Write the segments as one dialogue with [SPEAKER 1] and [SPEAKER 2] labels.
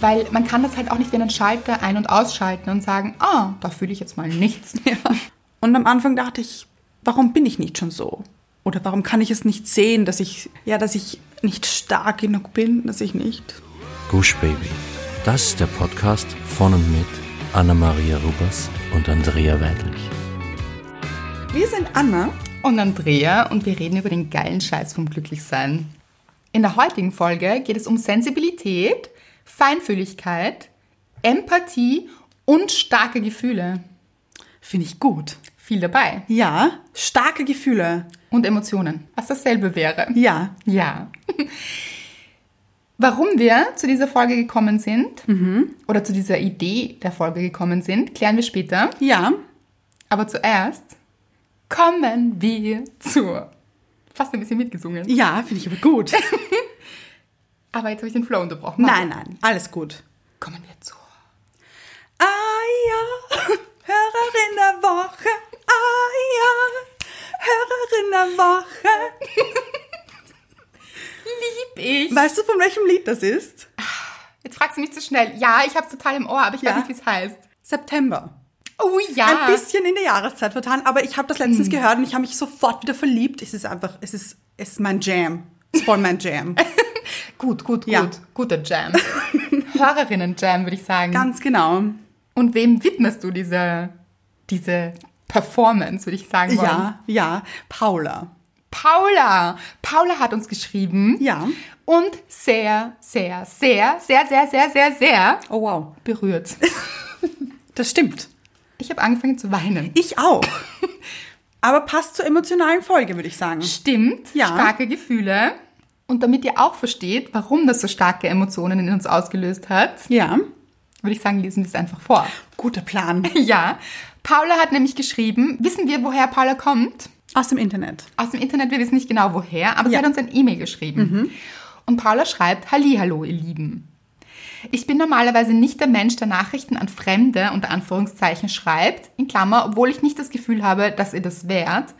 [SPEAKER 1] Weil man kann das halt auch nicht wie einen Schalter ein- und ausschalten und sagen, ah, da fühle ich jetzt mal nichts mehr.
[SPEAKER 2] Und am Anfang dachte ich, warum bin ich nicht schon so? Oder warum kann ich es nicht sehen, dass ich, ja, dass ich nicht stark genug bin, dass ich nicht.
[SPEAKER 3] Gush Baby. Das ist der Podcast von und mit Anna-Maria Rubers und Andrea Weidlich.
[SPEAKER 2] Wir sind Anna.
[SPEAKER 1] Und Andrea und wir reden über den geilen Scheiß vom Glücklichsein. In der heutigen Folge geht es um Sensibilität, Feinfühligkeit, Empathie und starke Gefühle.
[SPEAKER 2] Finde ich gut.
[SPEAKER 1] Viel dabei.
[SPEAKER 2] Ja, starke Gefühle.
[SPEAKER 1] Und Emotionen, was dasselbe wäre.
[SPEAKER 2] Ja.
[SPEAKER 1] Ja. Warum wir zu dieser Folge gekommen sind oder zu dieser Idee der Folge gekommen sind, klären wir später.
[SPEAKER 2] Ja.
[SPEAKER 1] Aber zuerst kommen wir zur. Fast ein bisschen mitgesungen.
[SPEAKER 2] Ja, finde ich aber gut.
[SPEAKER 1] Aber jetzt habe ich den Flow unterbrochen.
[SPEAKER 2] nein, nein, alles gut.
[SPEAKER 1] Kommen wir zur.
[SPEAKER 2] Ah ja, Hörerin der Woche. Ah ja, Hörerin der Woche.
[SPEAKER 1] Lieb ich.
[SPEAKER 2] Weißt du, von welchem Lied das ist?
[SPEAKER 1] Jetzt fragst du mich zu schnell. Ja, ich habe es total im Ohr, aber ich
[SPEAKER 2] Ja.
[SPEAKER 1] weiß nicht, wie es heißt.
[SPEAKER 2] September.
[SPEAKER 1] Oh ja.
[SPEAKER 2] ein bisschen in der Jahreszeit vertan, aber ich habe das letztens gehört und ich habe mich sofort wieder verliebt. Es ist einfach, es ist, es ist mein Jam. Es ist voll mein Jam.
[SPEAKER 1] Gut, gut, gut.
[SPEAKER 2] Ja.
[SPEAKER 1] Guter Jam. Hörerinnen-Jam, würde ich sagen.
[SPEAKER 2] Ganz genau.
[SPEAKER 1] Und wem widmest du diese, diese Performance, würde ich sagen wollen?
[SPEAKER 2] Ja, ja. Paula.
[SPEAKER 1] Paula. Paula hat uns geschrieben.
[SPEAKER 2] Ja.
[SPEAKER 1] Und sehr, sehr, sehr, sehr, sehr, sehr, sehr, sehr
[SPEAKER 2] Oh wow.
[SPEAKER 1] berührt.
[SPEAKER 2] Das stimmt.
[SPEAKER 1] Ich habe angefangen zu weinen.
[SPEAKER 2] Ich auch. aber passt zur emotionalen Folge, würde ich sagen.
[SPEAKER 1] Stimmt,
[SPEAKER 2] Ja.
[SPEAKER 1] starke Gefühle. Und damit ihr auch versteht, warum das so starke Emotionen in uns ausgelöst hat,
[SPEAKER 2] Ja.
[SPEAKER 1] würde ich sagen, lesen wir es einfach vor.
[SPEAKER 2] Guter Plan.
[SPEAKER 1] Ja, Paula hat nämlich geschrieben, wissen wir, woher Paula kommt?
[SPEAKER 2] Aus dem Internet.
[SPEAKER 1] Aus dem Internet, wir wissen nicht genau woher, aber sie
[SPEAKER 2] Ja.
[SPEAKER 1] hat uns ein E-Mail geschrieben. Und Paula schreibt, Hallihallo, ihr Lieben. Ich bin normalerweise nicht der Mensch, der Nachrichten an Fremde unter Anführungszeichen schreibt, in Klammer, obwohl ich nicht das Gefühl habe, dass ihr das wärt.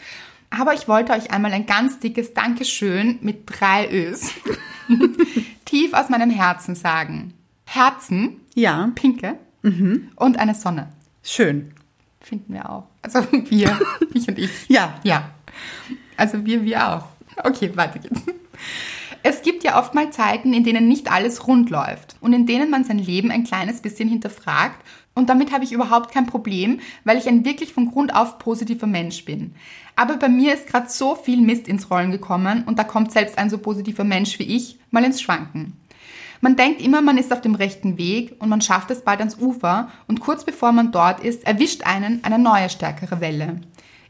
[SPEAKER 1] Aber ich wollte euch einmal ein ganz dickes Dankeschön mit drei Ös tief aus meinem Herzen sagen. Herzen,
[SPEAKER 2] Ja.
[SPEAKER 1] pinke und eine Sonne.
[SPEAKER 2] Schön.
[SPEAKER 1] Finden wir auch. Also wir, ich und ich.
[SPEAKER 2] Ja.
[SPEAKER 1] Ja. Also wir, wir auch. Okay, weiter geht's. Es gibt ja oft mal Zeiten, in denen nicht alles rund läuft und in denen man sein Leben ein kleines bisschen hinterfragt. Und damit habe ich überhaupt kein Problem, weil ich ein wirklich von Grund auf positiver Mensch bin. Aber bei mir ist gerade so viel Mist ins Rollen gekommen und da kommt selbst ein so positiver Mensch wie ich mal ins Schwanken. Man denkt immer, man ist auf dem rechten Weg und man schafft es bald ans Ufer und kurz bevor man dort ist, erwischt einen eine neue stärkere Welle.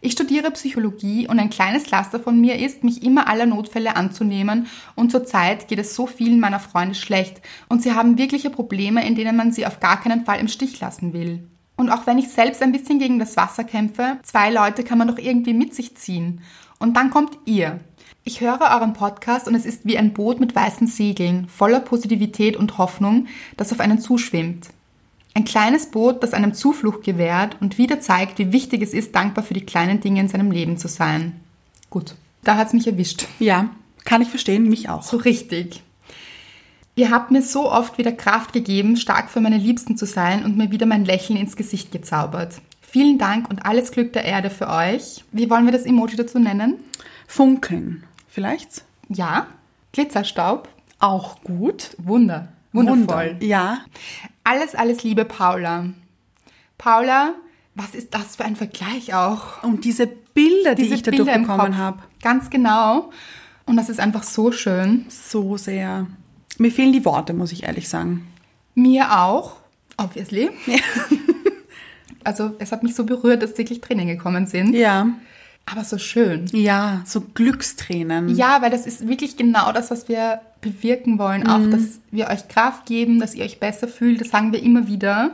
[SPEAKER 1] Ich studiere Psychologie und ein kleines Laster von mir ist, mich immer aller Notfälle anzunehmen und zurzeit geht es so vielen meiner Freunde schlecht und sie haben wirkliche Probleme, in denen man sie auf gar keinen Fall im Stich lassen will. Und auch wenn ich selbst ein bisschen gegen das Wasser kämpfe, zwei Leute kann man doch irgendwie mit sich ziehen. Und dann kommt ihr. Ich höre euren Podcast und es ist wie ein Boot mit weißen Segeln, voller Positivität und Hoffnung, das auf einen zuschwimmt. Ein kleines Boot, das einem Zuflucht gewährt und wieder zeigt, wie wichtig es ist, dankbar für die kleinen Dinge in seinem Leben zu sein. Gut, da hat's mich erwischt.
[SPEAKER 2] Ja. Kann ich verstehen, mich auch.
[SPEAKER 1] So richtig. Ihr habt mir so oft wieder Kraft gegeben, stark für meine Liebsten zu sein und mir wieder mein Lächeln ins Gesicht gezaubert. Vielen Dank und alles Glück der Erde für euch. Wie wollen wir das Emoji dazu nennen?
[SPEAKER 2] Funkeln. Vielleicht?
[SPEAKER 1] Ja, Glitzerstaub.
[SPEAKER 2] Auch gut.
[SPEAKER 1] Wunder. Wundervoll.
[SPEAKER 2] Wunder. Ja.
[SPEAKER 1] Alles, alles liebe Paula. Paula, was ist das für ein Vergleich auch?
[SPEAKER 2] Und diese Bilder, die
[SPEAKER 1] Diese
[SPEAKER 2] ich dadurch
[SPEAKER 1] Bilder im
[SPEAKER 2] bekommen
[SPEAKER 1] Kopf.
[SPEAKER 2] habe.
[SPEAKER 1] Ganz genau. Und das ist einfach so schön.
[SPEAKER 2] so sehr. Mir fehlen die Worte, muss ich ehrlich sagen.
[SPEAKER 1] Mir auch, obviously. also es hat mich so berührt, dass wirklich Tränen gekommen sind.
[SPEAKER 2] Ja.
[SPEAKER 1] Aber so schön.
[SPEAKER 2] Ja, so Glückstränen.
[SPEAKER 1] Ja, weil das ist wirklich genau das, was wir bewirken wollen. Auch, dass wir euch Kraft geben, dass ihr euch besser fühlt. Das sagen wir immer wieder.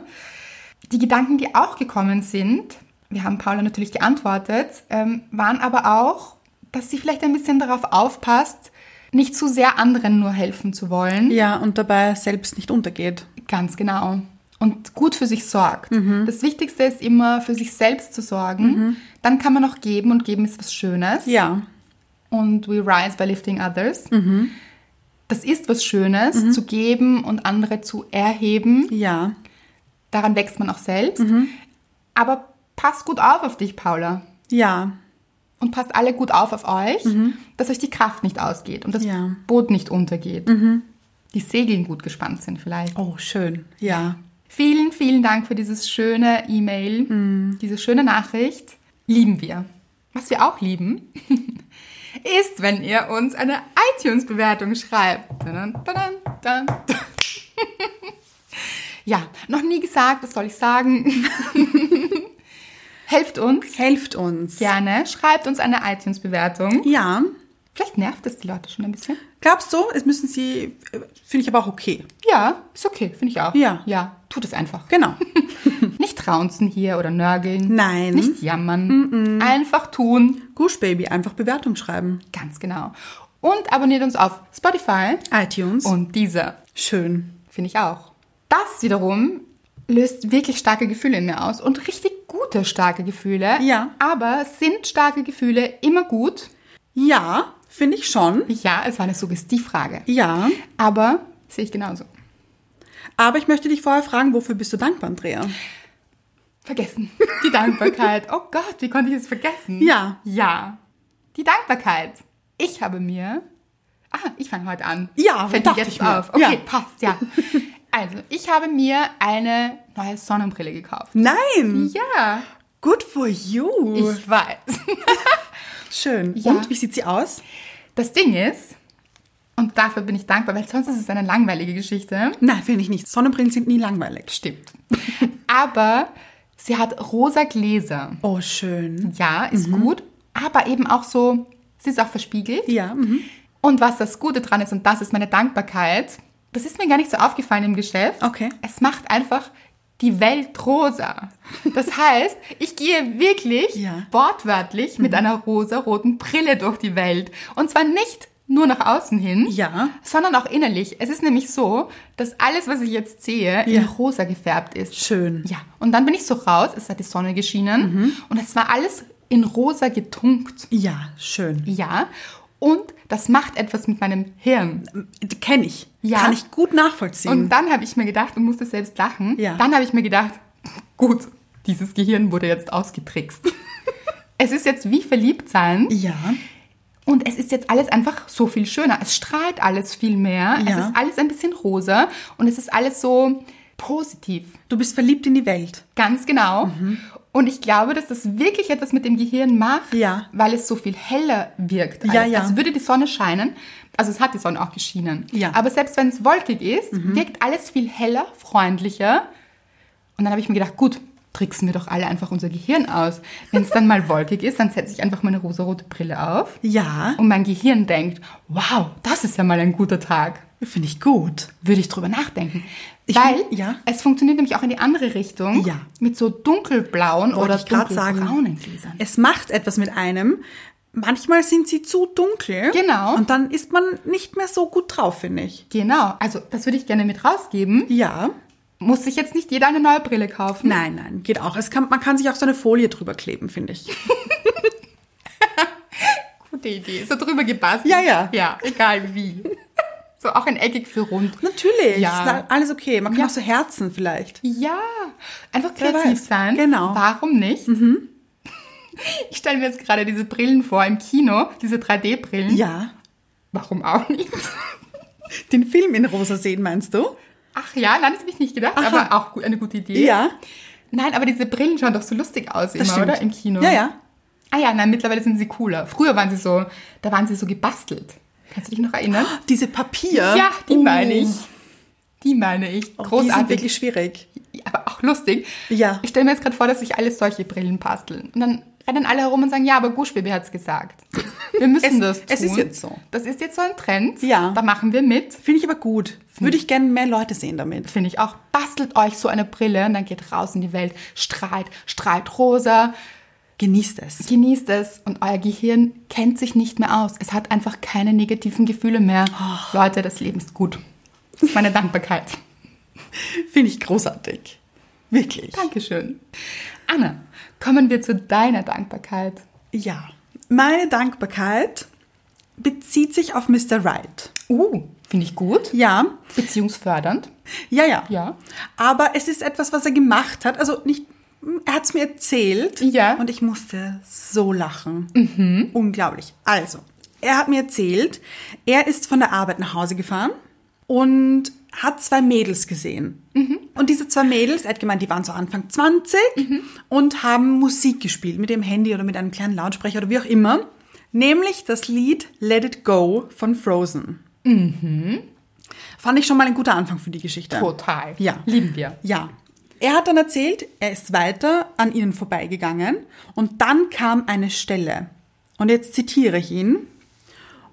[SPEAKER 1] Die Gedanken, die auch gekommen sind, wir haben Paula natürlich geantwortet, ähm, waren aber auch, dass sie vielleicht ein bisschen darauf aufpasst, nicht zu sehr anderen nur helfen zu wollen.
[SPEAKER 2] Ja, und dabei selbst nicht untergeht.
[SPEAKER 1] Ganz genau. Und gut für sich sorgt. Das Wichtigste ist immer, für sich selbst zu sorgen. Dann kann man auch geben und geben ist was Schönes.
[SPEAKER 2] Ja.
[SPEAKER 1] Und we rise by lifting others. das ist was Schönes, zu geben und andere zu erheben.
[SPEAKER 2] Ja.
[SPEAKER 1] Daran wächst man auch selbst. Aber passt gut auf auf dich, Paula.
[SPEAKER 2] Ja.
[SPEAKER 1] Und passt alle gut auf auf euch, dass euch die Kraft nicht ausgeht und das
[SPEAKER 2] Ja.
[SPEAKER 1] Boot nicht untergeht. Die Segeln gut gespannt sind vielleicht.
[SPEAKER 2] Oh, schön. Ja.
[SPEAKER 1] Vielen, vielen Dank für dieses schöne E-Mail, diese schöne Nachricht. Lieben wir. Was wir auch lieben, ist, wenn ihr uns eine iTunes-Bewertung schreibt. Dun, dun, dun, dun. ja, noch nie gesagt, was soll ich sagen? Helft uns
[SPEAKER 2] Helft uns.
[SPEAKER 1] gerne, schreibt uns eine iTunes-Bewertung.
[SPEAKER 2] Ja.
[SPEAKER 1] Vielleicht nervt es die Leute schon ein bisschen.
[SPEAKER 2] Glaubst du, es müssen sie, äh, finde ich aber auch okay.
[SPEAKER 1] Ja, ist okay, finde ich auch.
[SPEAKER 2] Ja.
[SPEAKER 1] Ja, tut es einfach.
[SPEAKER 2] Genau.
[SPEAKER 1] Nicht raunzen hier oder nörgeln.
[SPEAKER 2] Nein.
[SPEAKER 1] Nicht jammern. Einfach tun.
[SPEAKER 2] Gush Baby, einfach Bewertung schreiben.
[SPEAKER 1] Ganz genau. Und abonniert uns auf Spotify
[SPEAKER 2] iTunes.
[SPEAKER 1] und dieser.
[SPEAKER 2] schön.
[SPEAKER 1] Finde ich auch. Das wiederum löst wirklich starke Gefühle in mir aus und richtig gute starke Gefühle.
[SPEAKER 2] Ja.
[SPEAKER 1] Aber sind starke Gefühle immer gut?
[SPEAKER 2] Ja, finde ich schon.
[SPEAKER 1] Ja, es war eine Suggestivfrage.
[SPEAKER 2] Ja.
[SPEAKER 1] Aber sehe ich genauso.
[SPEAKER 2] Aber ich möchte dich vorher fragen, wofür bist du dankbar, Andrea?
[SPEAKER 1] Vergessen. Die Dankbarkeit. Oh Gott, wie konnte ich es vergessen?
[SPEAKER 2] Ja.
[SPEAKER 1] Ja. Die Dankbarkeit. Ich habe mir. Ah, ich fange heute an.
[SPEAKER 2] Ja,
[SPEAKER 1] fällt mir
[SPEAKER 2] dachte
[SPEAKER 1] jetzt
[SPEAKER 2] ich mir.
[SPEAKER 1] auf. Okay,
[SPEAKER 2] Ja.
[SPEAKER 1] passt, ja. Also, ich habe mir eine neue Sonnenbrille gekauft.
[SPEAKER 2] Nein.
[SPEAKER 1] Ja,
[SPEAKER 2] Good for you.
[SPEAKER 1] ich weiß.
[SPEAKER 2] schön.
[SPEAKER 1] Ja.
[SPEAKER 2] Und wie sieht sie aus?
[SPEAKER 1] Das Ding ist, und dafür bin ich dankbar, weil sonst ist es eine langweilige Geschichte.
[SPEAKER 2] Nein, finde ich nicht. Sonnenbrillen sind nie langweilig.
[SPEAKER 1] Stimmt. Aber sie hat rosa Gläser.
[SPEAKER 2] Oh, schön.
[SPEAKER 1] Ja, ist gut, aber eben auch so, sie ist auch verspiegelt.
[SPEAKER 2] Mhm. Ja. Mhm.
[SPEAKER 1] Und was das Gute dran ist, und das ist meine Dankbarkeit, das ist mir gar nicht so aufgefallen im Geschäft.
[SPEAKER 2] Okay.
[SPEAKER 1] Es macht einfach die Welt rosa. Das heißt, ich gehe wirklich
[SPEAKER 2] Ja. Mhm.
[SPEAKER 1] wortwörtlich mit einer rosa-roten Brille durch die Welt. Und zwar nicht nur nach außen hin,
[SPEAKER 2] Ja.
[SPEAKER 1] sondern auch innerlich. Es ist nämlich so, dass alles, was ich jetzt sehe, in
[SPEAKER 2] Ja.
[SPEAKER 1] rosa gefärbt ist.
[SPEAKER 2] Schön.
[SPEAKER 1] Ja, und dann bin ich so raus, es hat die Sonne geschienen
[SPEAKER 2] Mhm.
[SPEAKER 1] und es war alles in rosa getunkt.
[SPEAKER 2] Ja, schön.
[SPEAKER 1] Ja, und das macht etwas mit meinem Hirn.
[SPEAKER 2] Kenne ich.
[SPEAKER 1] Ja.
[SPEAKER 2] Kann ich gut nachvollziehen.
[SPEAKER 1] Und dann habe ich mir gedacht und musste selbst lachen.
[SPEAKER 2] Ja.
[SPEAKER 1] Dann habe ich mir gedacht, gut, dieses Gehirn wurde jetzt ausgetrickst. es ist jetzt wie verliebt sein
[SPEAKER 2] ja.
[SPEAKER 1] und es ist jetzt alles einfach so viel schöner. Es strahlt alles viel mehr. Es
[SPEAKER 2] Ja.
[SPEAKER 1] ist alles ein bisschen rosa und es ist alles so positiv.
[SPEAKER 2] Du bist verliebt in die Welt.
[SPEAKER 1] Ganz genau.
[SPEAKER 2] Mhm.
[SPEAKER 1] Und ich glaube, dass das wirklich etwas mit dem Gehirn macht,
[SPEAKER 2] Ja.
[SPEAKER 1] weil es so viel heller wirkt.
[SPEAKER 2] Ja,
[SPEAKER 1] als,
[SPEAKER 2] ja.
[SPEAKER 1] Als würde die Sonne scheinen. Also es hat die Sonne auch geschienen.
[SPEAKER 2] Ja. Mhm.
[SPEAKER 1] Aber selbst wenn es wolkig ist, wirkt alles viel heller, freundlicher. Und dann habe ich mir gedacht, gut, tricksen wir doch alle einfach unser Gehirn aus. Wenn es dann mal wolkig ist, dann setze ich einfach meine rosarote Brille auf.
[SPEAKER 2] Ja.
[SPEAKER 1] Und mein Gehirn denkt, wow, das ist ja mal ein guter Tag
[SPEAKER 2] Finde ich gut.
[SPEAKER 1] würde ich drüber nachdenken.
[SPEAKER 2] Ich
[SPEAKER 1] Weil
[SPEAKER 2] find- ja.
[SPEAKER 1] es funktioniert nämlich auch in die andere Richtung.
[SPEAKER 2] Ja.
[SPEAKER 1] Mit so dunkelblauen oder
[SPEAKER 2] Wollte ich gerade sagen.
[SPEAKER 1] dunkelbraunen Gläsern.
[SPEAKER 2] Es macht etwas mit einem. Manchmal sind sie zu dunkel.
[SPEAKER 1] Genau.
[SPEAKER 2] Und dann ist man nicht mehr so gut drauf, finde ich.
[SPEAKER 1] Genau. Also, das würde ich gerne mit rausgeben.
[SPEAKER 2] Ja.
[SPEAKER 1] Muss sich jetzt nicht jeder eine neue Brille kaufen.
[SPEAKER 2] Nein, nein, geht auch. Es kann, man kann sich auch so eine Folie drüber kleben, finde ich.
[SPEAKER 1] Gute Idee. So drüber gebastelt.
[SPEAKER 2] Ja, ja.
[SPEAKER 1] Ja, egal wie. so auch ein eckig für rund.
[SPEAKER 2] Natürlich. Hm.
[SPEAKER 1] Ja.
[SPEAKER 2] Ist Alles okay. Man kann
[SPEAKER 1] Ja.
[SPEAKER 2] auch so Herzen vielleicht.
[SPEAKER 1] Ja. Einfach
[SPEAKER 2] Wer
[SPEAKER 1] kreativ
[SPEAKER 2] weiß.
[SPEAKER 1] sein.
[SPEAKER 2] Genau. Mhm.
[SPEAKER 1] Warum nicht? Ich stelle mir jetzt gerade diese Brillen vor im Kino, diese 3D-Brillen.
[SPEAKER 2] Ja.
[SPEAKER 1] Warum auch nicht?
[SPEAKER 2] Den Film in rosa sehen, meinst du?
[SPEAKER 1] Ach ja, nein, das habe ich nicht gedacht,
[SPEAKER 2] Aha.
[SPEAKER 1] aber auch gu- eine gute Idee. Nein, aber diese Brillen schauen doch so lustig aus immer, oder? Im Kino.
[SPEAKER 2] Ja, ja.
[SPEAKER 1] Ah ja, nein, mittlerweile sind sie cooler. Früher waren sie so, da waren sie so gebastelt. Kannst du dich noch erinnern?
[SPEAKER 2] Diese Papier.
[SPEAKER 1] Ja, die
[SPEAKER 2] Oh.
[SPEAKER 1] meine ich. Die meine ich.
[SPEAKER 2] Oh,
[SPEAKER 1] Großartig.
[SPEAKER 2] Die sind wirklich schwierig.
[SPEAKER 1] aber auch lustig.
[SPEAKER 2] Ja.
[SPEAKER 1] Ich stelle mir jetzt gerade vor, dass sich alle solche Brillen basteln. Und dann rennen alle herum und sagen, ja, aber Guschbaby hat es gesagt. Wir müssen das
[SPEAKER 2] Es-
[SPEAKER 1] tun.
[SPEAKER 2] es ist jetzt so.
[SPEAKER 1] Das ist jetzt so ein Trend.
[SPEAKER 2] Ja.
[SPEAKER 1] Da machen wir mit.
[SPEAKER 2] Finde ich aber gut. Würde ich gerne mehr Leute sehen damit.
[SPEAKER 1] finde ich auch. Bastelt euch so eine Brille und dann geht raus in die Welt, strahlt, strahlt rosa,
[SPEAKER 2] Genießt es.
[SPEAKER 1] genießt es und euer Gehirn kennt sich nicht mehr aus. Es hat einfach keine negativen Gefühle mehr. Leute, das Leben ist gut. Das ist meine Dankbarkeit.
[SPEAKER 2] Finde ich großartig. Wirklich.
[SPEAKER 1] Dankeschön. Anna, kommen wir zu deiner Dankbarkeit.
[SPEAKER 2] Ja. Meine Dankbarkeit bezieht sich auf Mr. Right.
[SPEAKER 1] Uh, finde ich gut.
[SPEAKER 2] Ja,
[SPEAKER 1] Beziehungsfördernd.
[SPEAKER 2] ja, ja.
[SPEAKER 1] Ja.
[SPEAKER 2] Aber es ist etwas, was er gemacht hat. Also nicht, er hat es mir erzählt.
[SPEAKER 1] Ja. Mhm.
[SPEAKER 2] Und ich musste so lachen. Unglaublich. Also, er hat mir erzählt, er ist von der Arbeit nach Hause gefahren und hat zwei Mädels gesehen.
[SPEAKER 1] Mhm.
[SPEAKER 2] Und diese zwei Mädels, er hat gemeint, die waren so Anfang 20
[SPEAKER 1] Mhm.
[SPEAKER 2] und haben Musik gespielt mit dem Handy oder mit einem kleinen Lautsprecher oder wie auch immer. Nämlich das Lied Let It Go von Frozen. Fand ich schon mal ein guter Anfang für die Geschichte.
[SPEAKER 1] Total.
[SPEAKER 2] Ja.
[SPEAKER 1] Lieben wir.
[SPEAKER 2] Ja. Er hat dann erzählt, er ist weiter an ihnen vorbeigegangen und dann kam eine Stelle. Und jetzt zitiere ich ihn.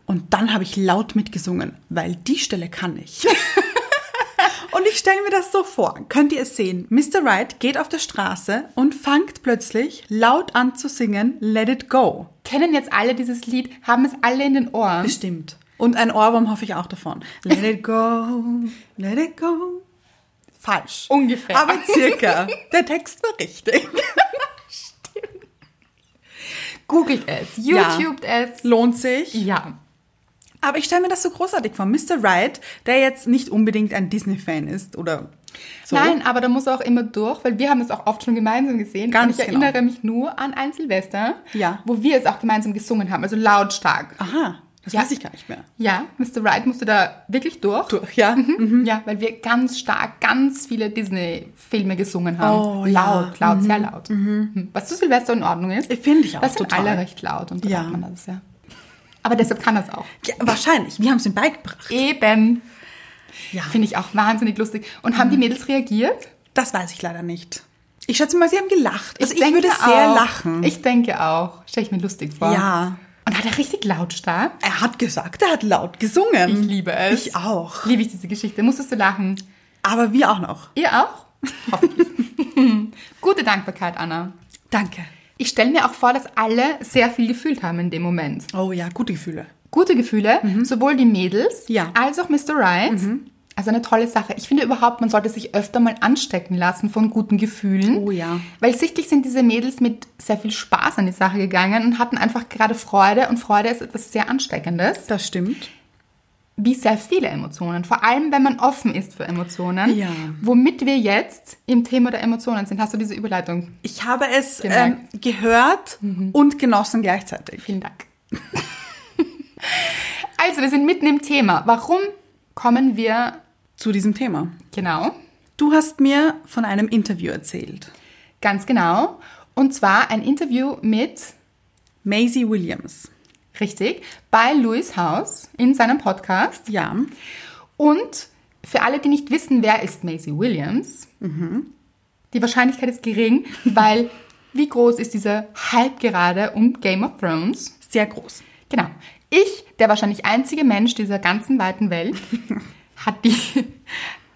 [SPEAKER 2] Und dann habe ich laut mitgesungen, weil die Stelle kann ich. und ich stelle mir das so vor. Könnt ihr es sehen? Mr. Wright geht auf der Straße und fängt plötzlich laut an zu singen Let It Go.
[SPEAKER 1] Kennen jetzt alle dieses Lied, haben es alle in den Ohren.
[SPEAKER 2] Bestimmt. Und ein Ohrwurm hoffe ich auch davon. Let it go, let it go. Falsch.
[SPEAKER 1] Ungefähr.
[SPEAKER 2] Aber circa. Der Text war richtig.
[SPEAKER 1] Googelt es,
[SPEAKER 2] Ja.
[SPEAKER 1] YouTubet es.
[SPEAKER 2] Lohnt sich.
[SPEAKER 1] Ja.
[SPEAKER 2] Aber ich stelle mir das so großartig vor. Mr. Wright, der jetzt nicht unbedingt ein Disney-Fan ist oder so.
[SPEAKER 1] Nein, aber da muss er auch immer durch, weil wir haben es auch oft schon gemeinsam gesehen.
[SPEAKER 2] Ganz
[SPEAKER 1] Und ich
[SPEAKER 2] genau.
[SPEAKER 1] erinnere mich nur an ein Silvester,
[SPEAKER 2] Ja. Ah.
[SPEAKER 1] wo wir es auch gemeinsam gesungen haben, also lautstark.
[SPEAKER 2] Aha, das
[SPEAKER 1] Ja.
[SPEAKER 2] weiß ich gar nicht mehr.
[SPEAKER 1] Ja, Mr. Wright musste da wirklich durch.
[SPEAKER 2] Durch, ja.
[SPEAKER 1] Mhm. Ja, weil wir ganz stark ganz viele Disney-Filme gesungen haben.
[SPEAKER 2] Oh,
[SPEAKER 1] laut, laut, sehr laut. Mhm. Was zu Silvester in Ordnung ist.
[SPEAKER 2] Ich finde ich auch
[SPEAKER 1] Das sind
[SPEAKER 2] total.
[SPEAKER 1] alle recht laut und da
[SPEAKER 2] Ja.
[SPEAKER 1] macht man das, ja. Aber deshalb kann das auch.
[SPEAKER 2] Ja, wahrscheinlich. Wir haben es ihm beigebracht.
[SPEAKER 1] Eben.
[SPEAKER 2] Ja.
[SPEAKER 1] Finde ich auch wahnsinnig lustig. Und
[SPEAKER 2] Mhm.
[SPEAKER 1] haben die Mädels reagiert?
[SPEAKER 2] Das weiß ich leider nicht. Ich schätze mal, sie haben gelacht. Also ich,
[SPEAKER 1] denke
[SPEAKER 2] würde sehr
[SPEAKER 1] auch.
[SPEAKER 2] lachen.
[SPEAKER 1] Ich denke auch. Stelle ich mir lustig vor.
[SPEAKER 2] Ja.
[SPEAKER 1] Und hat er richtig lautstark?
[SPEAKER 2] er hat gesagt, er hat laut gesungen.
[SPEAKER 1] Ich liebe es.
[SPEAKER 2] Ich auch.
[SPEAKER 1] Liebe ich diese Geschichte. Musstest du lachen?
[SPEAKER 2] Aber wir auch noch.
[SPEAKER 1] Ihr auch? Hoffentlich. Gute Dankbarkeit, Anna.
[SPEAKER 2] Danke.
[SPEAKER 1] Ich stelle mir auch vor, dass alle sehr viel gefühlt haben in dem Moment.
[SPEAKER 2] Oh ja, gute Gefühle.
[SPEAKER 1] Gute Gefühle, sowohl die Mädels
[SPEAKER 2] Mhm. Ja. Mhm.
[SPEAKER 1] als auch Mr. Right. Also eine tolle Sache. Ich finde überhaupt, man sollte sich öfter mal anstecken lassen von guten Gefühlen.
[SPEAKER 2] Oh ja.
[SPEAKER 1] Weil sichtlich sind diese Mädels mit sehr viel Spaß an die Sache gegangen und hatten einfach gerade Freude. Und Freude ist etwas sehr Ansteckendes,
[SPEAKER 2] Das stimmt.
[SPEAKER 1] wie sehr viele Emotionen. Vor allem, wenn man offen ist für Emotionen.
[SPEAKER 2] Ja.
[SPEAKER 1] Womit wir jetzt im Thema der Emotionen sind. Hast du diese Überleitung?
[SPEAKER 2] Ich habe es ähm,
[SPEAKER 1] Gemerkt.
[SPEAKER 2] gehört und genossen gleichzeitig.
[SPEAKER 1] Vielen Dank. also, wir sind mitten im Thema. Warum kommen wir
[SPEAKER 2] Zu diesem Thema.
[SPEAKER 1] genau?
[SPEAKER 2] Du hast mir von einem Interview erzählt.
[SPEAKER 1] Ganz genau. Und zwar ein Interview mit,
[SPEAKER 2] Maisie Williams.
[SPEAKER 1] richtig, bei Louis House in seinem Podcast.
[SPEAKER 2] Ja.
[SPEAKER 1] Und für alle, die nicht wissen, wer ist Maisie Williams, die Wahrscheinlichkeit ist gering, weil wie groß ist diese Halbgerade um Game of Thrones?
[SPEAKER 2] Sehr groß.
[SPEAKER 1] Genau. Ich, der wahrscheinlich einzige Mensch dieser ganzen weiten Welt, hat, die,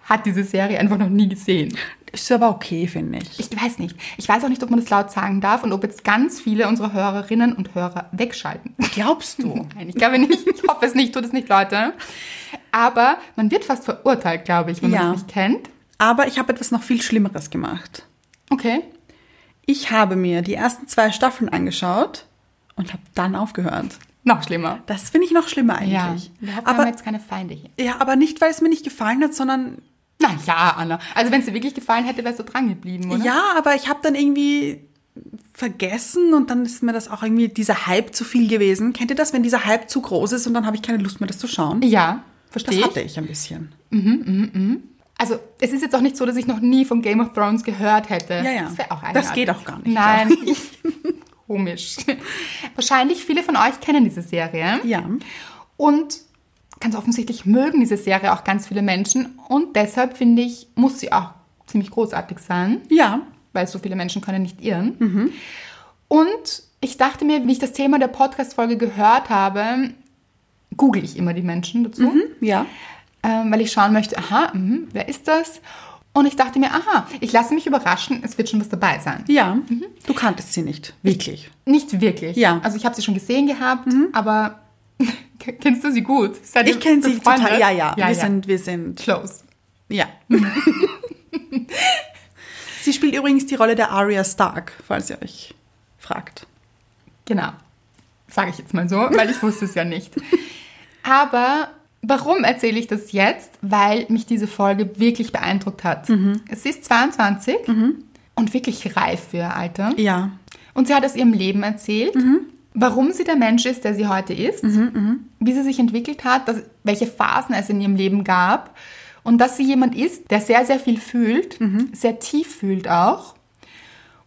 [SPEAKER 1] hat diese Serie einfach noch nie gesehen.
[SPEAKER 2] Ist aber okay, finde ich.
[SPEAKER 1] Ich weiß nicht. Ich weiß auch nicht, ob man das laut sagen darf und ob jetzt ganz viele unserer Hörerinnen und Hörer wegschalten.
[SPEAKER 2] Glaubst du?
[SPEAKER 1] Nein, ich glaube nicht. Ich hoffe es nicht. Tut es nicht, Leute. Aber man wird fast verurteilt, glaube ich, wenn man
[SPEAKER 2] Ja.
[SPEAKER 1] es nicht kennt.
[SPEAKER 2] aber ich habe etwas noch viel Schlimmeres gemacht.
[SPEAKER 1] Okay.
[SPEAKER 2] Ich habe mir die ersten zwei Staffeln angeschaut und habe dann aufgehört.
[SPEAKER 1] Noch schlimmer.
[SPEAKER 2] Das finde ich noch schlimmer
[SPEAKER 1] Ja.
[SPEAKER 2] eigentlich.
[SPEAKER 1] Wir hoffen, wir haben
[SPEAKER 2] aber,
[SPEAKER 1] jetzt keine Feinde hier.
[SPEAKER 2] ja, aber nicht, weil es mir nicht gefallen hat, sondern
[SPEAKER 1] Na ja, Anna. Also wenn es dir wirklich gefallen hätte, wärst du dran geblieben, oder?
[SPEAKER 2] Ja, aber ich habe dann irgendwie vergessen und dann ist mir das auch irgendwie dieser Hype zu viel gewesen. Kennt ihr das, wenn dieser Hype zu groß ist und dann habe ich keine Lust mehr, das zu schauen?
[SPEAKER 1] Ja.
[SPEAKER 2] das
[SPEAKER 1] Verstehe ich.
[SPEAKER 2] hatte ich ein bisschen.
[SPEAKER 1] Also es ist jetzt auch nicht so, dass ich noch nie von Game of Thrones gehört hätte.
[SPEAKER 2] Ja, ja.
[SPEAKER 1] Das wäre auch
[SPEAKER 2] Das
[SPEAKER 1] eigenartig.
[SPEAKER 2] geht auch gar nicht,
[SPEAKER 1] Nein. Komisch. Wahrscheinlich viele von euch kennen diese Serie.
[SPEAKER 2] Ja.
[SPEAKER 1] Und ganz offensichtlich mögen diese Serie auch ganz viele Menschen. Und deshalb finde ich, muss sie auch ziemlich großartig sein,
[SPEAKER 2] Ja.
[SPEAKER 1] weil so viele Menschen können nicht irren.
[SPEAKER 2] Mhm.
[SPEAKER 1] Und ich dachte mir, wie ich das Thema der Podcast-Folge gehört habe, google ich immer die Menschen dazu
[SPEAKER 2] Mhm. Hm? Ja.
[SPEAKER 1] ähm, weil ich schauen möchte, aha, mhm, wer ist das? Und ich dachte mir, aha, ich lasse mich überraschen, es wird schon was dabei sein.
[SPEAKER 2] Ja.
[SPEAKER 1] Mhm.
[SPEAKER 2] Du kanntest sie nicht. Wirklich.
[SPEAKER 1] Nicht wirklich.
[SPEAKER 2] Ja. Mhm.
[SPEAKER 1] Also ich habe sie schon gesehen gehabt, aber kennst du sie gut? Seid
[SPEAKER 2] Ich
[SPEAKER 1] ihr
[SPEAKER 2] kenne sie
[SPEAKER 1] befreundet?
[SPEAKER 2] total. Ja, ja.
[SPEAKER 1] ja,
[SPEAKER 2] wir
[SPEAKER 1] ja.
[SPEAKER 2] sind, wir sind.
[SPEAKER 1] close.
[SPEAKER 2] Ja. sie spielt übrigens die Rolle der Arya Stark, falls ihr euch fragt.
[SPEAKER 1] Genau. Sage ich jetzt mal so, weil ich wusste es ja nicht. Aber Warum erzähle ich das jetzt? Weil mich diese Folge wirklich beeindruckt hat. Es ist 22 und wirklich reif für ihr Alter.
[SPEAKER 2] Ja.
[SPEAKER 1] Und sie hat aus ihrem Leben erzählt,
[SPEAKER 2] Mhm.
[SPEAKER 1] warum sie der Mensch ist, der sie heute ist, wie sie sich entwickelt hat, dass, welche Phasen es in ihrem Leben gab und dass sie jemand ist, der sehr, sehr viel fühlt,
[SPEAKER 2] Mhm.
[SPEAKER 1] sehr tief fühlt auch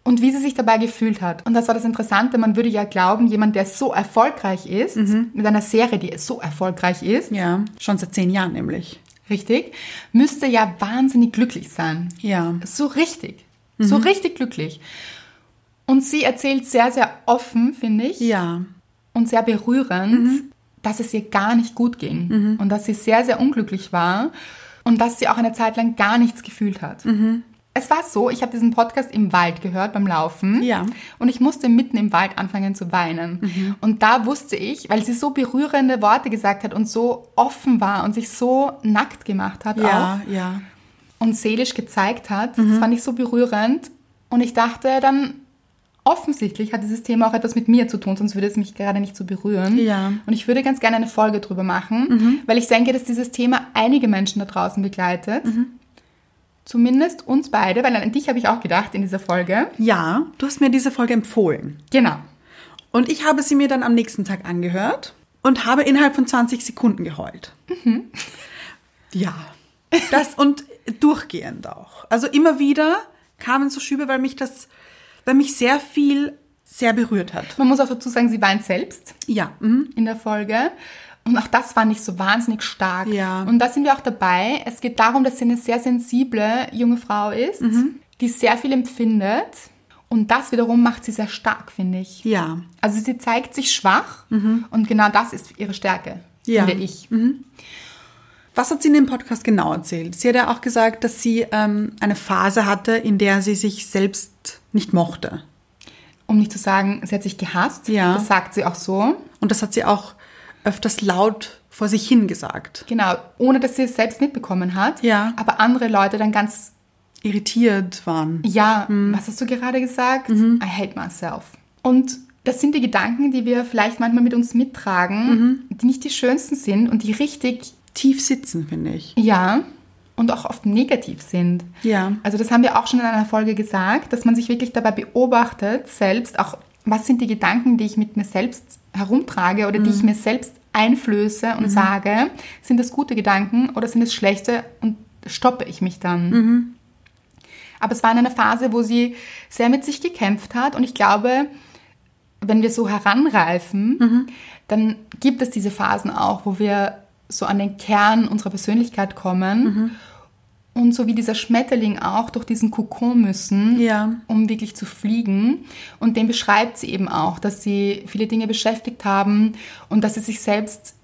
[SPEAKER 1] und wie sie sich dabei gefühlt hat. Und das war das Interessante, man würde ja glauben, jemand, der so erfolgreich ist, mit einer Serie, die so erfolgreich ist,
[SPEAKER 2] Mhm. Ja. Schon seit zehn Jahren nämlich.
[SPEAKER 1] richtig, müsste ja wahnsinnig glücklich sein.
[SPEAKER 2] Ja.
[SPEAKER 1] So richtig. So
[SPEAKER 2] Mhm.
[SPEAKER 1] richtig glücklich. Und sie erzählt sehr, sehr offen, finde ich,
[SPEAKER 2] Ja. Mhm.
[SPEAKER 1] und sehr berührend, dass es ihr gar nicht gut ging und dass sie sehr, sehr unglücklich war und dass sie auch eine Zeit lang gar nichts gefühlt hat.
[SPEAKER 2] Mhm.
[SPEAKER 1] Es war so, ich habe diesen Podcast im Wald gehört beim Laufen
[SPEAKER 2] Ja. Mhm.
[SPEAKER 1] und ich musste mitten im Wald anfangen zu weinen. Und da wusste ich, weil sie so berührende Worte gesagt hat und so offen war und sich so nackt gemacht hat auch,
[SPEAKER 2] Ja, ja.
[SPEAKER 1] und seelisch gezeigt hat. Das fand ich so berührend. Und ich dachte dann, offensichtlich hat dieses Thema auch etwas mit mir zu tun, sonst würde es mich gerade nicht so berühren.
[SPEAKER 2] Ja.
[SPEAKER 1] Und ich würde ganz gerne eine Folge drüber machen, weil ich denke, dass dieses Thema einige Menschen da draußen begleitet. Zumindest uns beide, weil an dich habe ich auch gedacht in dieser Folge.
[SPEAKER 2] Ja, du hast mir diese Folge empfohlen.
[SPEAKER 1] Genau.
[SPEAKER 2] Und ich habe sie mir dann am nächsten Tag angehört und habe innerhalb von 20 Sekunden geheult. Ja. Das und durchgehend auch. Also immer wieder kamen so Schübe, weil mich das, weil mich sehr viel sehr berührt hat.
[SPEAKER 1] Man muss auch dazu sagen, sie weint selbst.
[SPEAKER 2] Ja. mhm.
[SPEAKER 1] in der Folge. Und auch das fand ich so wahnsinnig stark.
[SPEAKER 2] Ja.
[SPEAKER 1] Und da sind wir auch dabei. Es geht darum, dass sie eine sehr sensible junge Frau ist,
[SPEAKER 2] Mhm.
[SPEAKER 1] die sehr viel empfindet. Und das wiederum macht sie sehr stark, finde ich.
[SPEAKER 2] Ja. Mhm.
[SPEAKER 1] Also sie zeigt sich schwach und genau das ist ihre Stärke,
[SPEAKER 2] Ja. Mhm.
[SPEAKER 1] finde ich.
[SPEAKER 2] Was hat sie in dem Podcast genau erzählt? Sie hat ja auch gesagt, dass sie ähm, eine Phase hatte, in der sie sich selbst nicht mochte.
[SPEAKER 1] Um nicht zu sagen, sie hat sich gehasst.
[SPEAKER 2] Ja.
[SPEAKER 1] Das sagt sie auch so.
[SPEAKER 2] Und das hat sie auch öfters laut vor sich hin gesagt.
[SPEAKER 1] Genau. Ohne dass sie es selbst mitbekommen hat.
[SPEAKER 2] Ja.
[SPEAKER 1] Aber andere Leute dann ganz,
[SPEAKER 2] Irritiert waren.
[SPEAKER 1] ja, was hast du gerade gesagt? I hate myself. Und das sind die Gedanken, die wir vielleicht manchmal mit uns mittragen, die nicht die schönsten sind und die richtig,
[SPEAKER 2] Tief sitzen, finde ich.
[SPEAKER 1] ja, und auch oft negativ sind.
[SPEAKER 2] Ja.
[SPEAKER 1] Also das haben wir auch schon in einer Folge gesagt, dass man sich wirklich dabei beobachtet, selbst auch, was sind die Gedanken, die ich mit mir selbst herumtrage oder die ich mir selbst einflöße und sage, sind das gute Gedanken oder sind es schlechte und stoppe ich mich dann. Aber es war in einer Phase, wo sie sehr mit sich gekämpft hat und ich glaube, wenn wir so heranreifen,
[SPEAKER 2] Mhm.
[SPEAKER 1] dann gibt es diese Phasen auch, wo wir so an den Kern unserer Persönlichkeit kommen
[SPEAKER 2] Mhm.
[SPEAKER 1] und so wie dieser Schmetterling auch durch diesen Kokon müssen,
[SPEAKER 2] Ja.
[SPEAKER 1] um wirklich zu fliegen. Und den beschreibt sie eben auch, dass sie viele Dinge beschäftigt haben und dass sie sich selbst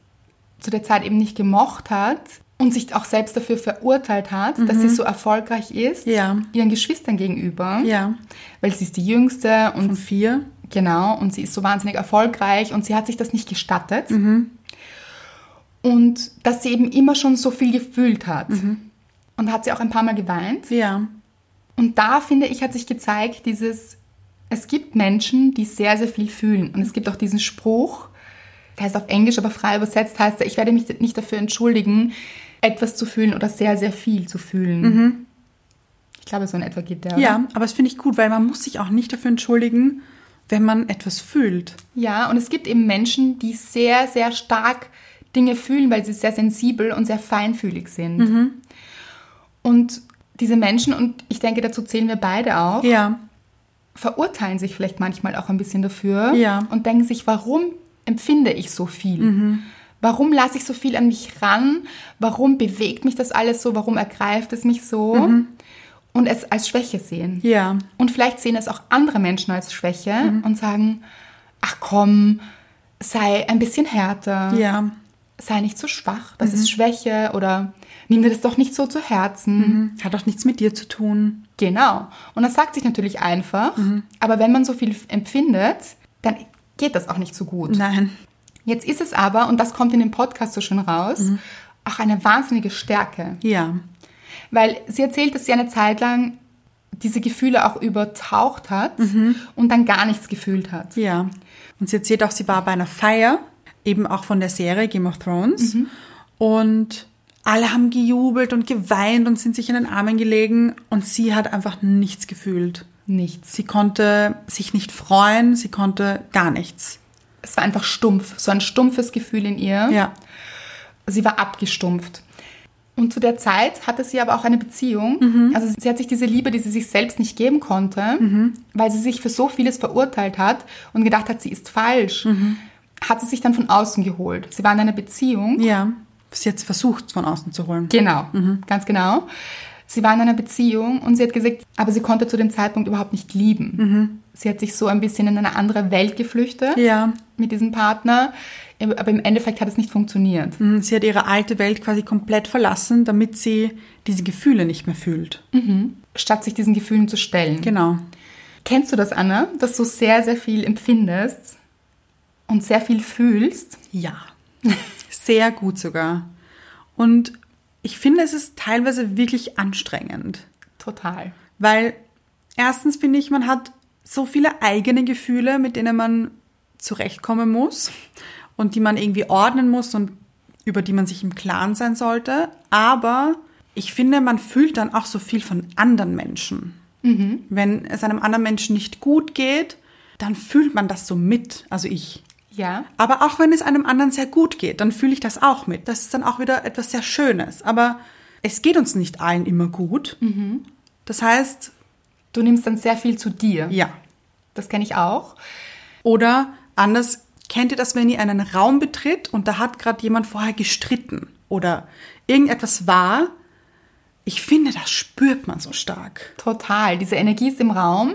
[SPEAKER 1] zu der Zeit eben nicht gemocht hat und sich auch selbst dafür verurteilt hat, dass sie so erfolgreich ist,
[SPEAKER 2] Mhm. Ja.
[SPEAKER 1] ihren Geschwistern gegenüber,
[SPEAKER 2] Ja.
[SPEAKER 1] weil sie ist die Jüngste und
[SPEAKER 2] Und vier.
[SPEAKER 1] Genau, und sie ist so wahnsinnig erfolgreich und sie hat sich das nicht gestattet. Und dass sie eben immer schon so viel gefühlt hat. Und hat sie auch ein paar Mal geweint.
[SPEAKER 2] Ja.
[SPEAKER 1] Und da, finde ich, hat sich gezeigt, dieses, es gibt Menschen, die sehr, sehr viel fühlen. Und es gibt auch diesen Spruch, der heißt auf Englisch, aber frei übersetzt heißt er, ich werde mich nicht dafür entschuldigen, etwas zu fühlen oder sehr, sehr viel zu fühlen. Ich glaube, so in etwa geht der. oder?
[SPEAKER 2] Ja, aber das finde ich gut, weil man muss sich auch nicht dafür entschuldigen, wenn man etwas fühlt.
[SPEAKER 1] Ja, und es gibt eben Menschen, die sehr, sehr stark Dinge fühlen, weil sie sehr sensibel und sehr feinfühlig sind.
[SPEAKER 2] Mhm.
[SPEAKER 1] Und diese Menschen, und ich denke, dazu zählen wir beide auch,
[SPEAKER 2] Ja.
[SPEAKER 1] verurteilen sich vielleicht manchmal auch ein bisschen dafür
[SPEAKER 2] Ja. Mhm.
[SPEAKER 1] und denken sich, warum empfinde ich so viel? Warum lasse ich so viel an mich ran? Warum bewegt mich das alles so? Warum ergreift es mich so?
[SPEAKER 2] Mhm.
[SPEAKER 1] Und es als Schwäche sehen.
[SPEAKER 2] Ja.
[SPEAKER 1] Und vielleicht sehen es auch andere Menschen als Schwäche und sagen, ach komm, sei ein bisschen härter,
[SPEAKER 2] Ja.
[SPEAKER 1] sei nicht so schwach, das ist Schwäche oder nimm dir das doch nicht so zu Herzen.
[SPEAKER 2] Mhm. Hat auch nichts mit dir zu tun.
[SPEAKER 1] Genau. Und das sagt sich natürlich einfach, aber wenn man so viel empfindet, dann geht das auch nicht so gut.
[SPEAKER 2] Nein.
[SPEAKER 1] Jetzt ist es aber, und das kommt in dem Podcast so schön raus, auch eine wahnsinnige Stärke.
[SPEAKER 2] Ja.
[SPEAKER 1] Weil sie erzählt, dass sie eine Zeit lang diese Gefühle auch übertaucht hat und dann gar nichts gefühlt hat.
[SPEAKER 2] Ja. Und sie erzählt auch, sie war bei einer Feier, eben auch von der Serie Game of Thrones. Und alle haben gejubelt und geweint und sind sich in den Armen gelegen und sie hat einfach nichts gefühlt.
[SPEAKER 1] Nichts.
[SPEAKER 2] Sie konnte sich nicht freuen, sie konnte gar nichts.
[SPEAKER 1] Es war einfach stumpf, so ein stumpfes Gefühl in ihr.
[SPEAKER 2] Ja.
[SPEAKER 1] Sie war abgestumpft. Und zu der Zeit hatte sie aber auch eine Beziehung.
[SPEAKER 2] Mhm.
[SPEAKER 1] Also sie hat sich diese Liebe, die sie sich selbst nicht geben konnte, weil sie sich für so vieles verurteilt hat und gedacht hat, sie ist falsch,
[SPEAKER 2] Mhm.
[SPEAKER 1] hat sie sich dann von außen geholt. Sie war in einer Beziehung.
[SPEAKER 2] Ja. Mhm. Sie hat es versucht, von außen zu holen.
[SPEAKER 1] Genau, ganz genau. Sie war in einer Beziehung und sie hat gesagt, aber sie konnte zu dem Zeitpunkt überhaupt nicht lieben. Sie hat sich so ein bisschen in eine andere Welt geflüchtet
[SPEAKER 2] Mhm. Ja.
[SPEAKER 1] mit diesem Partner, aber im Endeffekt hat es nicht funktioniert.
[SPEAKER 2] Mhm, Sie hat ihre alte Welt quasi komplett verlassen, damit sie diese Gefühle nicht mehr fühlt.
[SPEAKER 1] statt sich diesen Gefühlen zu stellen.
[SPEAKER 2] Genau.
[SPEAKER 1] Kennst du das, Anna, dass du sehr, sehr viel empfindest und sehr viel fühlst?
[SPEAKER 2] Ja. Sehr gut sogar. Und ich finde, es ist teilweise wirklich anstrengend.
[SPEAKER 1] Total.
[SPEAKER 2] Weil erstens finde ich, man hat so viele eigene Gefühle, mit denen man zurechtkommen muss und die man irgendwie ordnen muss und über die man sich im Klaren sein sollte. Aber ich finde, man fühlt dann auch so viel von anderen Menschen. Wenn es einem anderen Menschen nicht gut geht, dann fühlt man das so mit. Also ich.
[SPEAKER 1] Ja.
[SPEAKER 2] Aber auch wenn es einem anderen sehr gut geht, dann fühle ich das auch mit. Das ist dann auch wieder etwas sehr Schönes. Aber es geht uns nicht allen immer gut. Das heißt,
[SPEAKER 1] Du nimmst dann sehr viel zu dir.
[SPEAKER 2] ja.
[SPEAKER 1] Das kenne ich auch.
[SPEAKER 2] Oder anders, kennt ihr das, wenn ihr einen Raum betritt und da hat gerade jemand vorher gestritten oder irgendetwas war? Ich finde, das spürt man so stark.
[SPEAKER 1] Total. Diese Energie ist im Raum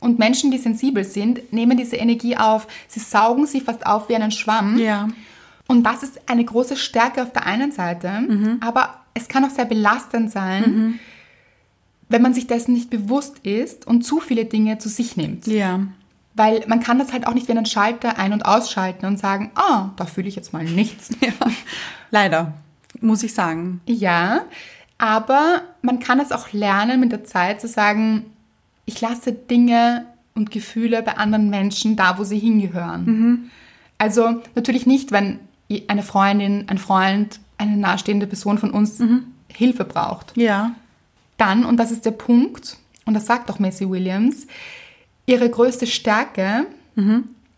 [SPEAKER 1] und Menschen, die sensibel sind, nehmen diese Energie auf. Sie saugen sie fast auf wie einen Schwamm.
[SPEAKER 2] Ja.
[SPEAKER 1] Und das ist eine große Stärke auf der einen Seite, aber es kann auch sehr belastend sein, wenn man sich dessen nicht bewusst ist und zu viele Dinge zu sich nimmt.
[SPEAKER 2] Ja.
[SPEAKER 1] Weil man kann das halt auch nicht wie einen Schalter ein- und ausschalten und sagen, ah, da fühle ich jetzt mal nichts.
[SPEAKER 2] ja. Leider, muss ich sagen.
[SPEAKER 1] ja, aber man kann es auch lernen mit der Zeit zu sagen, ich lasse Dinge und Gefühle bei anderen Menschen da, wo sie hingehören. Also natürlich nicht, wenn eine Freundin, ein Freund, eine nahestehende Person von uns Hilfe braucht.
[SPEAKER 2] Ja.
[SPEAKER 1] Dann, und das ist der Punkt, und das sagt auch Macy Williams, ihre größte Stärke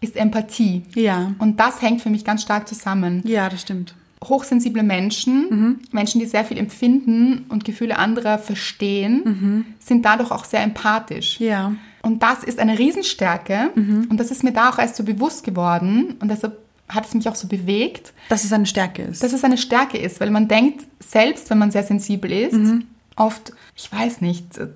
[SPEAKER 1] ist Empathie.
[SPEAKER 2] Ja.
[SPEAKER 1] Und das hängt für mich ganz stark zusammen.
[SPEAKER 2] Ja, das stimmt.
[SPEAKER 1] Hochsensible Menschen,
[SPEAKER 2] Mhm.
[SPEAKER 1] Menschen, die sehr viel empfinden und Gefühle anderer verstehen, sind dadurch auch sehr empathisch.
[SPEAKER 2] Mhm. Ja. Mhm.
[SPEAKER 1] Und das ist eine Riesenstärke. Und das ist mir da auch erst so bewusst geworden. Und deshalb hat es mich auch so bewegt,
[SPEAKER 2] Dass es eine Stärke ist.
[SPEAKER 1] dass es eine Stärke ist, weil man denkt, selbst wenn man sehr sensibel ist,
[SPEAKER 2] Mhm.
[SPEAKER 1] oft, ich weiß nicht, äh,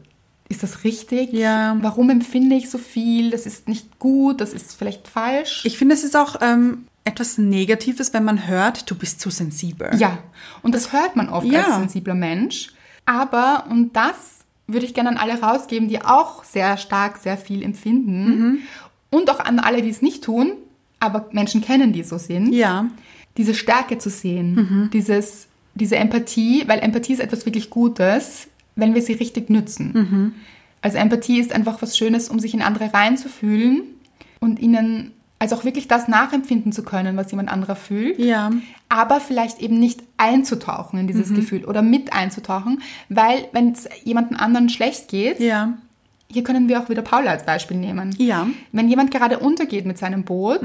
[SPEAKER 1] ist das richtig?
[SPEAKER 2] Ja.
[SPEAKER 1] Warum empfinde ich so viel? Das ist nicht gut, das ist vielleicht falsch.
[SPEAKER 2] Ich finde, es ist auch ähm, etwas Negatives, wenn man hört, du bist zu sensibel.
[SPEAKER 1] ja, und das hört man oft
[SPEAKER 2] Ja.
[SPEAKER 1] als sensibler Mensch. Aber, und das würde ich gerne an alle rausgeben, die auch sehr stark sehr viel empfinden
[SPEAKER 2] Mhm.
[SPEAKER 1] und auch an alle, die es nicht tun, aber Menschen kennen, die so sind.
[SPEAKER 2] Ja. Mhm.
[SPEAKER 1] diese Stärke zu sehen, dieses, diese Empathie, weil Empathie ist etwas wirklich Gutes, wenn wir sie richtig nützen.
[SPEAKER 2] Mhm.
[SPEAKER 1] Also Empathie ist einfach was Schönes, um sich in andere reinzufühlen und ihnen, also auch wirklich das nachempfinden zu können, was jemand anderer fühlt.
[SPEAKER 2] Ja.
[SPEAKER 1] Aber vielleicht eben nicht einzutauchen in
[SPEAKER 2] Mhm.
[SPEAKER 1] dieses Gefühl oder mit einzutauchen, weil wenn es jemandem anderen schlecht geht,
[SPEAKER 2] Ja.
[SPEAKER 1] hier können wir auch wieder Paula als Beispiel nehmen.
[SPEAKER 2] Ja. Mhm.
[SPEAKER 1] Wenn jemand gerade untergeht mit seinem Boot,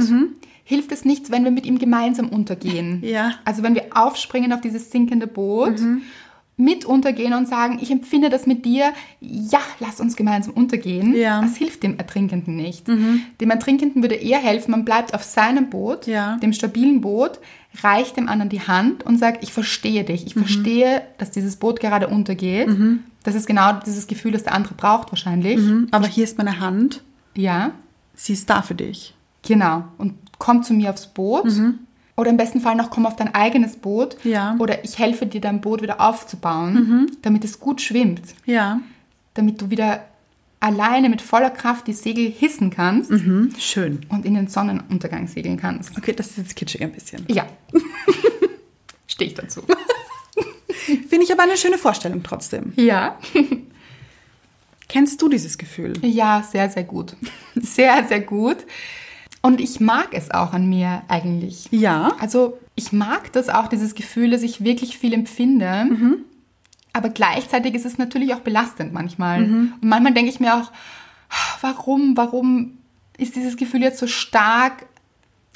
[SPEAKER 1] hilft es nicht, wenn wir mit ihm gemeinsam untergehen.
[SPEAKER 2] Ja. Mhm.
[SPEAKER 1] Also wenn wir aufspringen auf dieses sinkende Boot, mit untergehen und sagen, ich empfinde das mit dir, ja, lass uns gemeinsam untergehen.
[SPEAKER 2] Ja. Mhm.
[SPEAKER 1] Das hilft dem Ertrinkenden nicht. Dem Ertrinkenden würde eher helfen, man bleibt auf seinem Boot,
[SPEAKER 2] Ja.
[SPEAKER 1] dem stabilen Boot, reicht dem anderen die Hand und sagt, ich verstehe dich,
[SPEAKER 2] Mhm.
[SPEAKER 1] ich verstehe, dass dieses Boot gerade untergeht. Das ist genau dieses Gefühl, das der andere braucht wahrscheinlich.
[SPEAKER 2] Mhm. Aber hier ist meine Hand.
[SPEAKER 1] Ja,
[SPEAKER 2] Sie ist da für dich.
[SPEAKER 1] genau. Und komm zu mir aufs Boot. Oder im besten Fall noch, komm auf dein eigenes Boot.
[SPEAKER 2] Mhm. Ja. Mhm.
[SPEAKER 1] Oder ich helfe dir, dein Boot wieder aufzubauen, damit es gut schwimmt.
[SPEAKER 2] Ja.
[SPEAKER 1] Damit du wieder alleine mit voller Kraft die Segel hissen kannst
[SPEAKER 2] Mhm. Schön.
[SPEAKER 1] und in den Sonnenuntergang segeln kannst.
[SPEAKER 2] Okay, das ist jetzt kitschig ein bisschen.
[SPEAKER 1] Ja. Stehe ich dazu.
[SPEAKER 2] Finde ich aber eine schöne Vorstellung trotzdem.
[SPEAKER 1] Ja.
[SPEAKER 2] Kennst du dieses Gefühl?
[SPEAKER 1] Ja, sehr, sehr gut. Sehr, sehr gut. Und ich mag es auch an mir eigentlich.
[SPEAKER 2] Ja.
[SPEAKER 1] Also ich mag das auch, dieses Gefühl, dass ich wirklich viel empfinde. Aber gleichzeitig ist es natürlich auch belastend manchmal. Und manchmal denke ich mir auch, warum, warum ist dieses Gefühl jetzt so stark?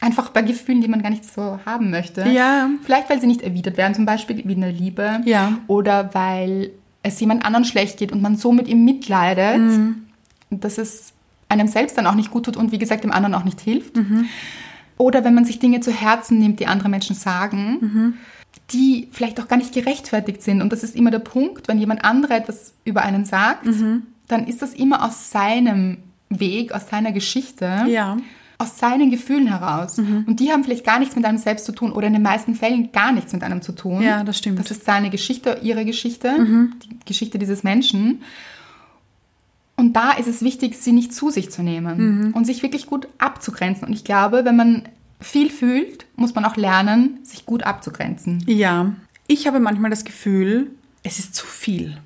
[SPEAKER 1] Einfach bei Gefühlen, die man gar nicht so haben möchte.
[SPEAKER 2] Ja.
[SPEAKER 1] Vielleicht, weil sie nicht erwidert werden, zum Beispiel wie in der Liebe.
[SPEAKER 2] Ja.
[SPEAKER 1] Oder weil es jemand anderen schlecht geht und man so mit ihm mitleidet,
[SPEAKER 2] Mhm.
[SPEAKER 1] dass es einem selbst dann auch nicht gut tut und wie gesagt dem anderen auch nicht hilft.
[SPEAKER 2] Mhm.
[SPEAKER 1] Oder wenn man sich Dinge zu Herzen nimmt, die andere Menschen sagen, die vielleicht auch gar nicht gerechtfertigt sind. Und das ist immer der Punkt, wenn jemand anderer etwas über einen sagt, dann ist das immer aus seinem Weg, aus seiner Geschichte,
[SPEAKER 2] Ja.
[SPEAKER 1] aus seinen Gefühlen heraus.
[SPEAKER 2] Mhm.
[SPEAKER 1] Und die haben vielleicht gar nichts mit einem selbst zu tun oder in den meisten Fällen gar nichts mit einem zu tun.
[SPEAKER 2] Ja, das stimmt. Mhm.
[SPEAKER 1] Das ist seine Geschichte, ihre Geschichte, die Geschichte dieses Menschen. Und da ist es wichtig, sie nicht zu sich zu
[SPEAKER 2] Mhm.
[SPEAKER 1] nehmen und sich wirklich gut abzugrenzen. Und ich glaube, wenn man viel fühlt, muss man auch lernen, sich gut abzugrenzen.
[SPEAKER 2] Ja. Ich habe manchmal das Gefühl, es ist zu viel.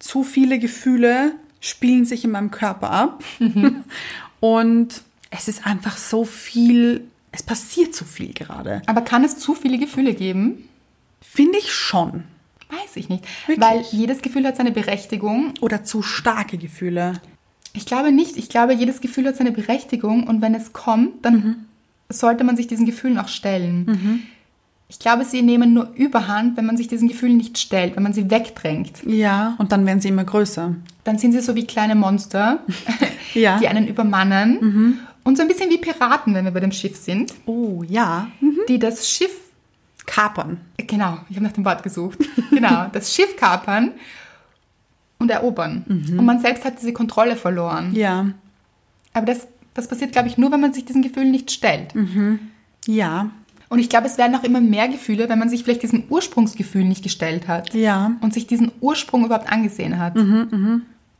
[SPEAKER 2] Zu viele Gefühle spielen sich in meinem Körper ab. Mhm. Und es ist einfach so viel, es passiert so viel gerade.
[SPEAKER 1] Aber kann es zu viele Gefühle geben?
[SPEAKER 2] Finde ich schon.
[SPEAKER 1] Weiß ich nicht.
[SPEAKER 2] Wirklich?
[SPEAKER 1] Weil jedes Gefühl hat seine Berechtigung.
[SPEAKER 2] Oder zu starke Gefühle.
[SPEAKER 1] Ich glaube nicht. Ich glaube, jedes Gefühl hat seine Berechtigung und wenn es kommt, dann
[SPEAKER 2] Mhm.
[SPEAKER 1] sollte man sich diesen Gefühlen auch stellen. Ich glaube, sie nehmen nur überhand, wenn man sich diesen Gefühlen nicht stellt, wenn man sie wegdrängt.
[SPEAKER 2] Ja. Und dann werden sie immer größer.
[SPEAKER 1] Dann sind sie so wie kleine Monster,
[SPEAKER 2] Ja. Mhm.
[SPEAKER 1] die einen übermannen. Und so ein bisschen wie Piraten, wenn wir bei dem Schiff sind,
[SPEAKER 2] Oh, ja.
[SPEAKER 1] die das Schiff
[SPEAKER 2] Kapern.
[SPEAKER 1] Genau, ich habe nach dem Wort gesucht. Genau, das Schiff kapern und erobern. Und man selbst hat diese Kontrolle verloren.
[SPEAKER 2] Mhm. Ja.
[SPEAKER 1] Aber das, das passiert, glaube ich, nur, wenn man sich diesen Gefühlen nicht stellt.
[SPEAKER 2] Ja.
[SPEAKER 1] Und ich glaube, es werden auch immer mehr Gefühle, wenn man sich vielleicht diesem Ursprungsgefühl nicht gestellt hat.
[SPEAKER 2] Ja. Mhm,
[SPEAKER 1] Und sich diesen Ursprung überhaupt angesehen hat.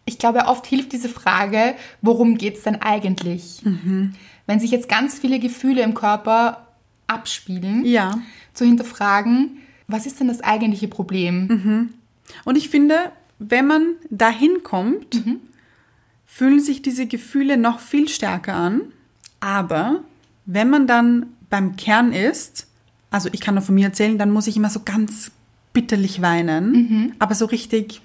[SPEAKER 1] Ich glaube, oft hilft diese Frage, worum geht es denn eigentlich?
[SPEAKER 2] Mhm.
[SPEAKER 1] Wenn sich jetzt ganz viele Gefühle im Körper abspielen,
[SPEAKER 2] Ja.
[SPEAKER 1] zu hinterfragen, was ist denn das eigentliche Problem?
[SPEAKER 2] Mhm. Und ich finde, wenn man dahin kommt, fühlen sich diese Gefühle noch viel stärker an. Aber wenn man dann beim Kern ist, also ich kann nur von mir erzählen, dann muss ich immer so ganz bitterlich weinen, aber so richtig,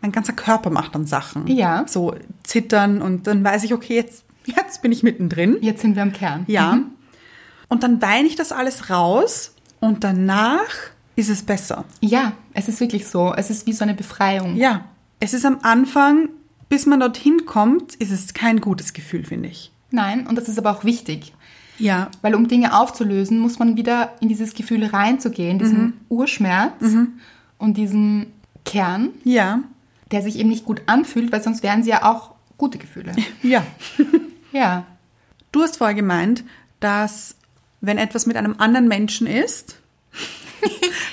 [SPEAKER 2] mein ganzer Körper macht dann Sachen.
[SPEAKER 1] Ja.
[SPEAKER 2] So zittern und dann weiß ich, okay, jetzt, jetzt bin ich mittendrin.
[SPEAKER 1] Jetzt sind wir am Kern. Mhm.
[SPEAKER 2] Ja. Und dann weine ich das alles raus und danach ist es besser.
[SPEAKER 1] Ja, es ist wirklich so. Es ist wie so eine Befreiung.
[SPEAKER 2] Ja, es ist am Anfang, bis man dorthin kommt, ist es kein gutes Gefühl, finde ich.
[SPEAKER 1] Nein, und das ist aber auch wichtig.
[SPEAKER 2] Ja.
[SPEAKER 1] Weil um Dinge aufzulösen, muss man wieder in dieses Gefühl reinzugehen, diesen
[SPEAKER 2] Mhm.
[SPEAKER 1] Urschmerz und diesen Kern,
[SPEAKER 2] Ja.
[SPEAKER 1] der sich eben nicht gut anfühlt, weil sonst wären sie ja auch gute Gefühle.
[SPEAKER 2] Ja.
[SPEAKER 1] ja.
[SPEAKER 2] Du hast vorher gemeint, dass wenn etwas mit einem anderen Menschen ist,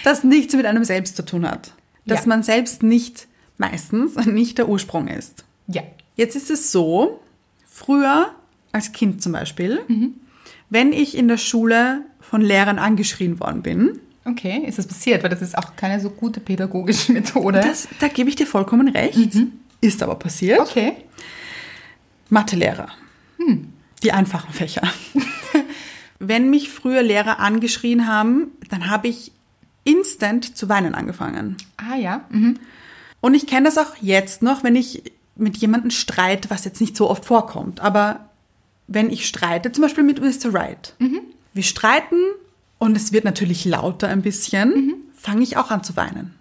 [SPEAKER 2] das nichts mit einem selbst zu tun hat. Dass
[SPEAKER 1] Ja.
[SPEAKER 2] man selbst nicht, meistens nicht der Ursprung ist.
[SPEAKER 1] Ja.
[SPEAKER 2] Jetzt ist es so, früher als Kind zum Beispiel, wenn ich in der Schule von Lehrern angeschrien worden bin,
[SPEAKER 1] Okay, ist das passiert? Weil das ist auch keine so gute pädagogische Methode.
[SPEAKER 2] das, da gebe ich dir vollkommen recht, ist aber passiert.
[SPEAKER 1] okay.
[SPEAKER 2] Mathelehrer. Hm. Die einfachen Fächer. Wenn mich früher Lehrer angeschrien haben, dann habe ich instant zu weinen angefangen.
[SPEAKER 1] Ah ja. Mhm.
[SPEAKER 2] Und ich kenne das auch jetzt noch, wenn ich mit jemandem streite, was jetzt nicht so oft vorkommt. Aber wenn ich streite, zum Beispiel mit Mr. Wright, wir streiten und es wird natürlich lauter ein bisschen, fange ich auch an zu weinen.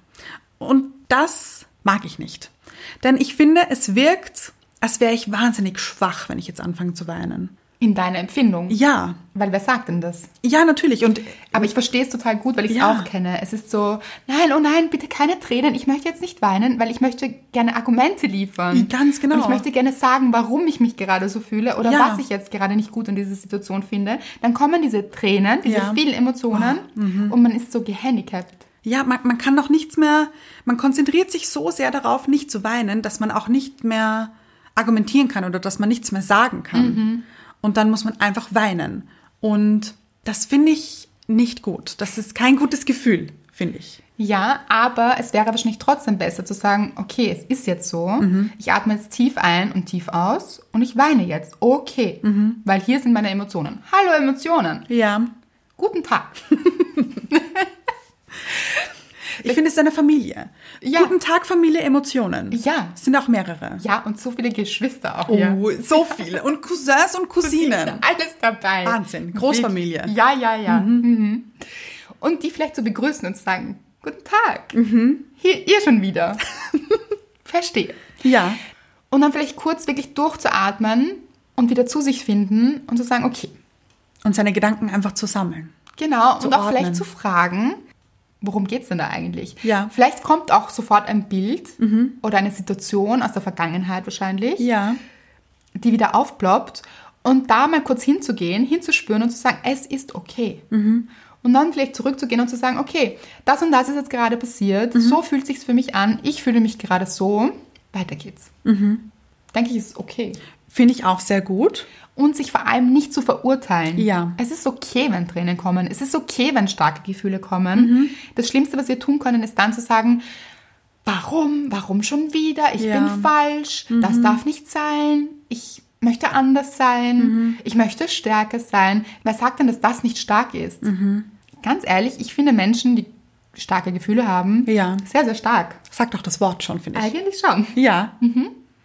[SPEAKER 2] Und das mag ich nicht. Denn ich finde, es wirkt, als wäre ich wahnsinnig schwach, wenn ich jetzt anfange zu weinen.
[SPEAKER 1] In deiner Empfindung.
[SPEAKER 2] Ja,
[SPEAKER 1] Weil wer sagt denn das?
[SPEAKER 2] ja, natürlich. Und
[SPEAKER 1] Aber ich verstehe es total gut, weil ich es
[SPEAKER 2] Ja.
[SPEAKER 1] auch kenne. Es ist so, nein, oh nein, bitte keine Tränen. Ich möchte jetzt nicht weinen, weil ich möchte gerne Argumente liefern.
[SPEAKER 2] Ganz genau.
[SPEAKER 1] Und ich möchte gerne sagen, warum ich mich gerade so fühle oder
[SPEAKER 2] Ja.
[SPEAKER 1] was ich jetzt gerade nicht gut in dieser Situation finde. Dann kommen diese Tränen, diese
[SPEAKER 2] Ja. Mhm.
[SPEAKER 1] vielen Emotionen und man ist so gehandicapt.
[SPEAKER 2] Ja, man, man kann doch nichts mehr, man konzentriert sich so sehr darauf, nicht zu weinen, dass man auch nicht mehr argumentieren kann oder dass man nichts mehr sagen kann. Und dann muss man einfach weinen. Und das finde ich nicht gut. Das ist kein gutes Gefühl. finde ich.
[SPEAKER 1] Ja, aber es wäre wahrscheinlich trotzdem besser zu sagen, okay, es ist jetzt so.
[SPEAKER 2] Mhm.
[SPEAKER 1] Ich atme jetzt tief ein und tief aus und ich weine jetzt. Okay,
[SPEAKER 2] Mhm.
[SPEAKER 1] weil hier sind meine Emotionen. Hallo Emotionen.
[SPEAKER 2] Ja.
[SPEAKER 1] Guten Tag.
[SPEAKER 2] Ich finde, es ist eine Familie.
[SPEAKER 1] Ja.
[SPEAKER 2] Guten Tag, Familie, Emotionen.
[SPEAKER 1] Ja.
[SPEAKER 2] Es sind auch mehrere.
[SPEAKER 1] Ja, und so viele Geschwister auch
[SPEAKER 2] Oh,
[SPEAKER 1] hier.
[SPEAKER 2] so viele. Und Cousins und Cousinen.
[SPEAKER 1] Alles dabei.
[SPEAKER 2] Wahnsinn. Großfamilie.
[SPEAKER 1] Ja, ja, ja. Mhm. Und die vielleicht zu so begrüßen und zu sagen, guten Tag.
[SPEAKER 2] Mhm.
[SPEAKER 1] Hier, ihr schon wieder. Verstehe.
[SPEAKER 2] Ja.
[SPEAKER 1] Und dann vielleicht kurz wirklich durchzuatmen und wieder zu sich finden und zu sagen, okay,
[SPEAKER 2] Und seine Gedanken einfach zu sammeln.
[SPEAKER 1] genau. und auch
[SPEAKER 2] ordnen.
[SPEAKER 1] vielleicht zu fragen, worum geht's denn da eigentlich?
[SPEAKER 2] Ja. Mhm.
[SPEAKER 1] Vielleicht kommt auch sofort ein Bild oder eine Situation aus der Vergangenheit wahrscheinlich,
[SPEAKER 2] Ja.
[SPEAKER 1] die wieder aufploppt. Und da mal kurz hinzugehen, hinzuspüren und zu sagen, es ist okay. Und dann vielleicht zurückzugehen und zu sagen, okay, das und das ist jetzt gerade passiert, so fühlt sich's für mich an, ich fühle mich gerade so, weiter geht's. Denke ich, ist okay.
[SPEAKER 2] Finde ich auch sehr gut.
[SPEAKER 1] Und sich vor allem nicht zu verurteilen.
[SPEAKER 2] Ja.
[SPEAKER 1] Es ist okay, wenn Tränen kommen. Es ist okay, wenn starke Gefühle kommen.
[SPEAKER 2] Mhm.
[SPEAKER 1] Das Schlimmste, was wir tun können, ist dann zu sagen, warum, warum schon wieder? Ich
[SPEAKER 2] Ja. Mhm.
[SPEAKER 1] bin falsch. Das darf nicht sein. Ich möchte anders sein.
[SPEAKER 2] Mhm.
[SPEAKER 1] Ich möchte stärker sein. Wer sagt denn, dass das nicht stark ist?
[SPEAKER 2] Mhm.
[SPEAKER 1] Ganz ehrlich, ich finde Menschen, die starke Gefühle haben,
[SPEAKER 2] Ja.
[SPEAKER 1] sehr, sehr stark.
[SPEAKER 2] Sagt auch das Wort schon, finde ich.
[SPEAKER 1] Eigentlich schon.
[SPEAKER 2] Ja.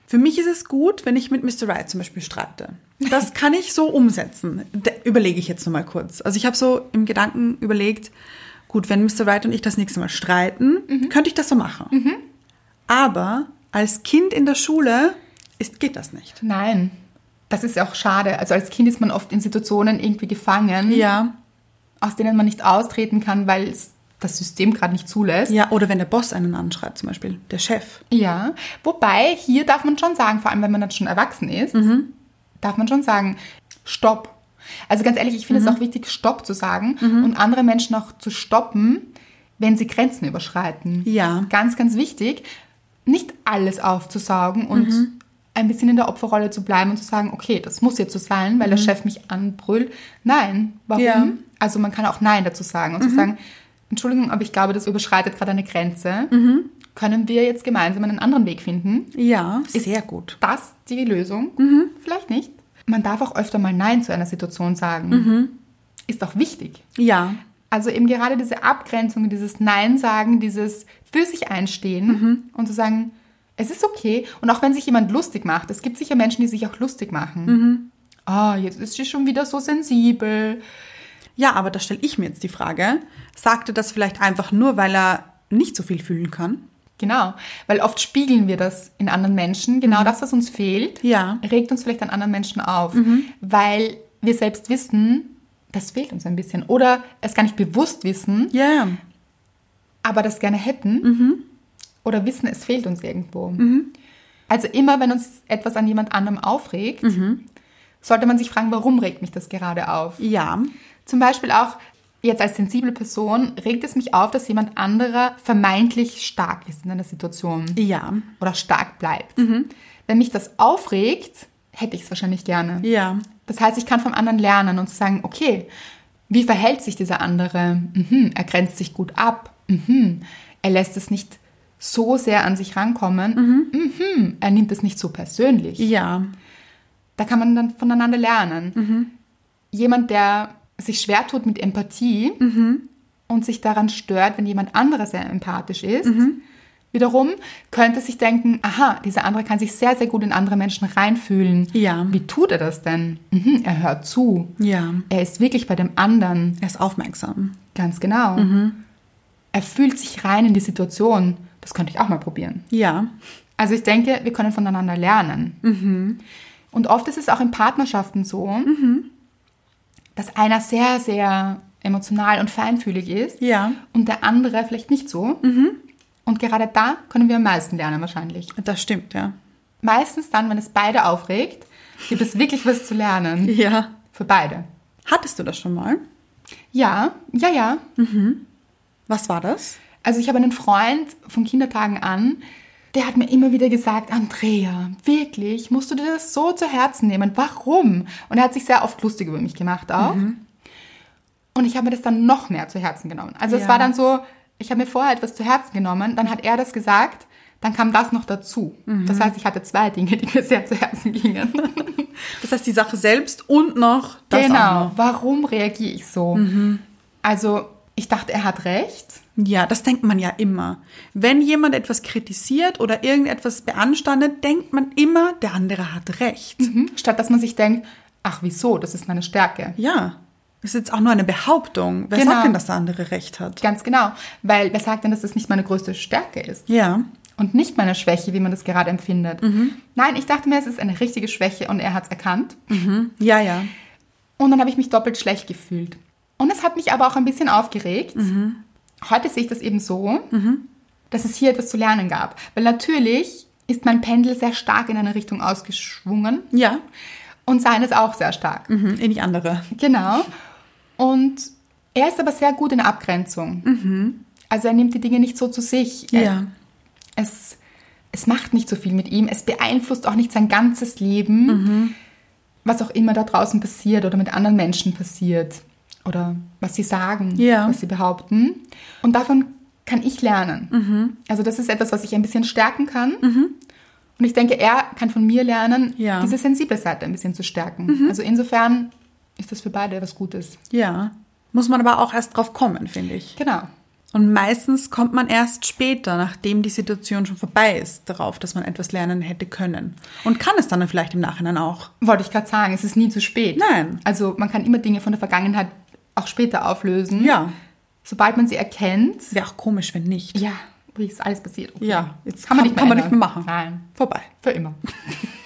[SPEAKER 2] Für mich ist es gut, wenn ich mit Mr. Right zum Beispiel streite. Das kann ich so umsetzen. Da überlege ich jetzt nochmal kurz. Also ich habe so im Gedanken überlegt, gut, wenn Mr. Right und ich das nächste Mal streiten, könnte ich das so machen. Aber als Kind in der Schule ist, geht das nicht.
[SPEAKER 1] Nein. Das ist ja auch schade. Also als Kind ist man oft in Situationen irgendwie gefangen,
[SPEAKER 2] Ja.
[SPEAKER 1] aus denen man nicht austreten kann, weil es das System gerade nicht zulässt.
[SPEAKER 2] Ja, oder wenn der Boss einen anschreit zum Beispiel, der Chef.
[SPEAKER 1] Ja. Wobei, hier darf man schon sagen, vor allem wenn man dann schon erwachsen ist,
[SPEAKER 2] Mhm.
[SPEAKER 1] darf man schon sagen, stopp. Also ganz ehrlich, ich finde
[SPEAKER 2] Mhm.
[SPEAKER 1] es auch wichtig, stopp zu sagen und andere Menschen auch zu stoppen, wenn sie Grenzen überschreiten.
[SPEAKER 2] Ja.
[SPEAKER 1] Ganz, ganz wichtig, nicht alles aufzusaugen und ein bisschen in der Opferrolle zu bleiben und zu sagen, okay, das muss jetzt so sein, weil der Chef mich anbrüllt. Nein, warum?
[SPEAKER 2] Ja.
[SPEAKER 1] Also man kann auch Nein dazu sagen und zu sagen, Entschuldigung, aber ich glaube, das überschreitet gerade eine Grenze. Können wir jetzt gemeinsam einen anderen Weg finden?
[SPEAKER 2] Ja, sehr gut.
[SPEAKER 1] Das die Lösung? Vielleicht nicht. Man darf auch öfter mal Nein zu einer Situation sagen. Ist auch wichtig.
[SPEAKER 2] Ja,
[SPEAKER 1] Also eben gerade diese Abgrenzung, dieses Nein sagen, dieses für sich einstehen und zu sagen, es ist okay. Und auch wenn sich jemand lustig macht, es gibt sicher Menschen, die sich auch lustig machen. Ah, jetzt ist sie schon wieder so sensibel.
[SPEAKER 2] Ja, aber da stelle ich mir jetzt die Frage, sagt er das vielleicht einfach nur, weil er nicht so viel fühlen kann?
[SPEAKER 1] Genau, weil oft spiegeln wir das in anderen Menschen. Genau das, was uns fehlt,
[SPEAKER 2] Ja.
[SPEAKER 1] regt uns vielleicht an anderen Menschen auf, weil wir selbst wissen, das fehlt uns ein bisschen. Oder es gar nicht bewusst wissen,
[SPEAKER 2] Ja.
[SPEAKER 1] aber das gerne hätten oder wissen, es fehlt uns irgendwo. Also immer, wenn uns etwas an jemand anderem aufregt, sollte man sich fragen, warum regt mich das gerade auf?
[SPEAKER 2] Ja.
[SPEAKER 1] Zum Beispiel auch jetzt als sensible Person regt es mich auf, dass jemand anderer vermeintlich stark ist in einer Situation
[SPEAKER 2] Ja.
[SPEAKER 1] oder stark bleibt. Wenn mich das aufregt, hätte ich es wahrscheinlich gerne.
[SPEAKER 2] Ja.
[SPEAKER 1] Das heißt, ich kann vom anderen lernen und zu sagen, okay, wie verhält sich dieser andere? Mhm, er grenzt sich gut ab. Mhm, er lässt es nicht so sehr an sich rankommen. Mhm. er nimmt es nicht so persönlich.
[SPEAKER 2] Ja.
[SPEAKER 1] Da kann man dann voneinander lernen.
[SPEAKER 2] Mhm.
[SPEAKER 1] Jemand, der sich schwer tut mit Empathie
[SPEAKER 2] Mhm.
[SPEAKER 1] und sich daran stört, wenn jemand anderer sehr empathisch ist,
[SPEAKER 2] Mhm.
[SPEAKER 1] wiederum könnte sich denken, aha, dieser andere kann sich sehr, sehr gut in andere Menschen reinfühlen.
[SPEAKER 2] Ja.
[SPEAKER 1] Wie tut er das denn? Mhm, er hört zu.
[SPEAKER 2] Ja.
[SPEAKER 1] Er ist wirklich bei dem anderen.
[SPEAKER 2] Er ist aufmerksam.
[SPEAKER 1] Ganz genau.
[SPEAKER 2] Mhm.
[SPEAKER 1] Er fühlt sich rein in die Situation. Das könnte ich auch mal probieren.
[SPEAKER 2] Ja.
[SPEAKER 1] Also ich denke, wir können voneinander lernen. Und oft ist es auch in Partnerschaften so, dass einer sehr, sehr emotional und feinfühlig ist
[SPEAKER 2] Ja.
[SPEAKER 1] und der andere vielleicht nicht so. Und gerade da können wir am meisten lernen wahrscheinlich.
[SPEAKER 2] Das stimmt, ja.
[SPEAKER 1] Meistens dann, wenn es beide aufregt, gibt es wirklich was zu lernen.
[SPEAKER 2] Ja.
[SPEAKER 1] Für beide.
[SPEAKER 2] Hattest du das schon mal?
[SPEAKER 1] Ja, ja, ja.
[SPEAKER 2] Was war das?
[SPEAKER 1] Also ich habe einen Freund von Kindertagen an, der hat mir immer wieder gesagt, Andrea, wirklich, musst du dir das so zu Herzen nehmen? Warum? Und er hat sich sehr oft lustig
[SPEAKER 2] Mhm.
[SPEAKER 1] über mich gemacht auch. Und ich habe mir das dann noch mehr zu Herzen genommen. Also es
[SPEAKER 2] Ja.
[SPEAKER 1] war dann so, ich habe mir vorher etwas zu Herzen genommen, dann hat er das gesagt, dann kam das noch dazu.
[SPEAKER 2] Mhm.
[SPEAKER 1] Das heißt, ich hatte zwei Dinge, die mir sehr zu Herzen gingen.
[SPEAKER 2] Das heißt, die Sache selbst und noch das
[SPEAKER 1] genau,
[SPEAKER 2] auch noch. Mhm.
[SPEAKER 1] warum reagiere ich so? Also, ich dachte, er hat recht.
[SPEAKER 2] Ja, das denkt man ja immer. Wenn jemand etwas kritisiert oder irgendetwas beanstandet, denkt man immer, der andere hat recht.
[SPEAKER 1] Statt dass man sich denkt, ach wieso, das ist meine Stärke.
[SPEAKER 2] Ja. Das ist jetzt auch nur eine Behauptung. Wer
[SPEAKER 1] Genau.
[SPEAKER 2] sagt denn, dass der andere recht hat?
[SPEAKER 1] Ganz genau, weil wer sagt denn, dass das nicht meine größte Stärke ist?
[SPEAKER 2] Ja.
[SPEAKER 1] Und nicht meine Schwäche, wie man das gerade empfindet. Nein, ich dachte mir, es ist eine richtige Schwäche und er hat es erkannt.
[SPEAKER 2] Ja, ja.
[SPEAKER 1] Und dann habe ich mich doppelt schlecht gefühlt. Und es hat mich aber auch ein bisschen aufgeregt. Heute sehe ich das eben so, dass es hier etwas zu lernen gab. Weil natürlich ist mein Pendel sehr stark in eine Richtung ausgeschwungen
[SPEAKER 2] Ja.
[SPEAKER 1] und sein ist auch sehr stark.
[SPEAKER 2] Mhm. In die andere.
[SPEAKER 1] Genau. Und er ist aber sehr gut in der Abgrenzung. Also er nimmt die Dinge nicht so zu sich. Er-
[SPEAKER 2] Ja.
[SPEAKER 1] Es, es macht nicht so viel mit ihm. Es beeinflusst auch nicht sein ganzes Leben,
[SPEAKER 2] Mhm.
[SPEAKER 1] was auch immer da draußen passiert oder mit anderen Menschen passiert oder was sie sagen,
[SPEAKER 2] Ja.
[SPEAKER 1] was sie behaupten. Und davon kann ich lernen.
[SPEAKER 2] Mhm.
[SPEAKER 1] Also das ist etwas, was ich ein bisschen stärken kann. Und ich denke, er kann von mir lernen,
[SPEAKER 2] Ja. Mhm.
[SPEAKER 1] diese sensible Seite ein bisschen zu stärken. Also insofern ist das für beide was Gutes.
[SPEAKER 2] Ja. Muss man aber auch erst drauf kommen, finde ich.
[SPEAKER 1] Genau.
[SPEAKER 2] Und meistens kommt man erst später, nachdem die Situation schon vorbei ist, darauf, dass man etwas lernen hätte können. Und kann es dann vielleicht im Nachhinein auch.
[SPEAKER 1] Wollte ich gerade sagen, es ist nie zu spät.
[SPEAKER 2] Nein.
[SPEAKER 1] Also man kann immer Dinge von der Vergangenheit auch später auflösen.
[SPEAKER 2] Ja.
[SPEAKER 1] Sobald man sie erkennt,
[SPEAKER 2] Wäre auch komisch, wenn nicht.
[SPEAKER 1] ja, wie ist alles passiert. Okay.
[SPEAKER 2] Ja, jetzt
[SPEAKER 1] Kann man nicht mehr
[SPEAKER 2] kann man nicht
[SPEAKER 1] ändern.
[SPEAKER 2] mehr machen.
[SPEAKER 1] Nein,
[SPEAKER 2] Vorbei.
[SPEAKER 1] für immer.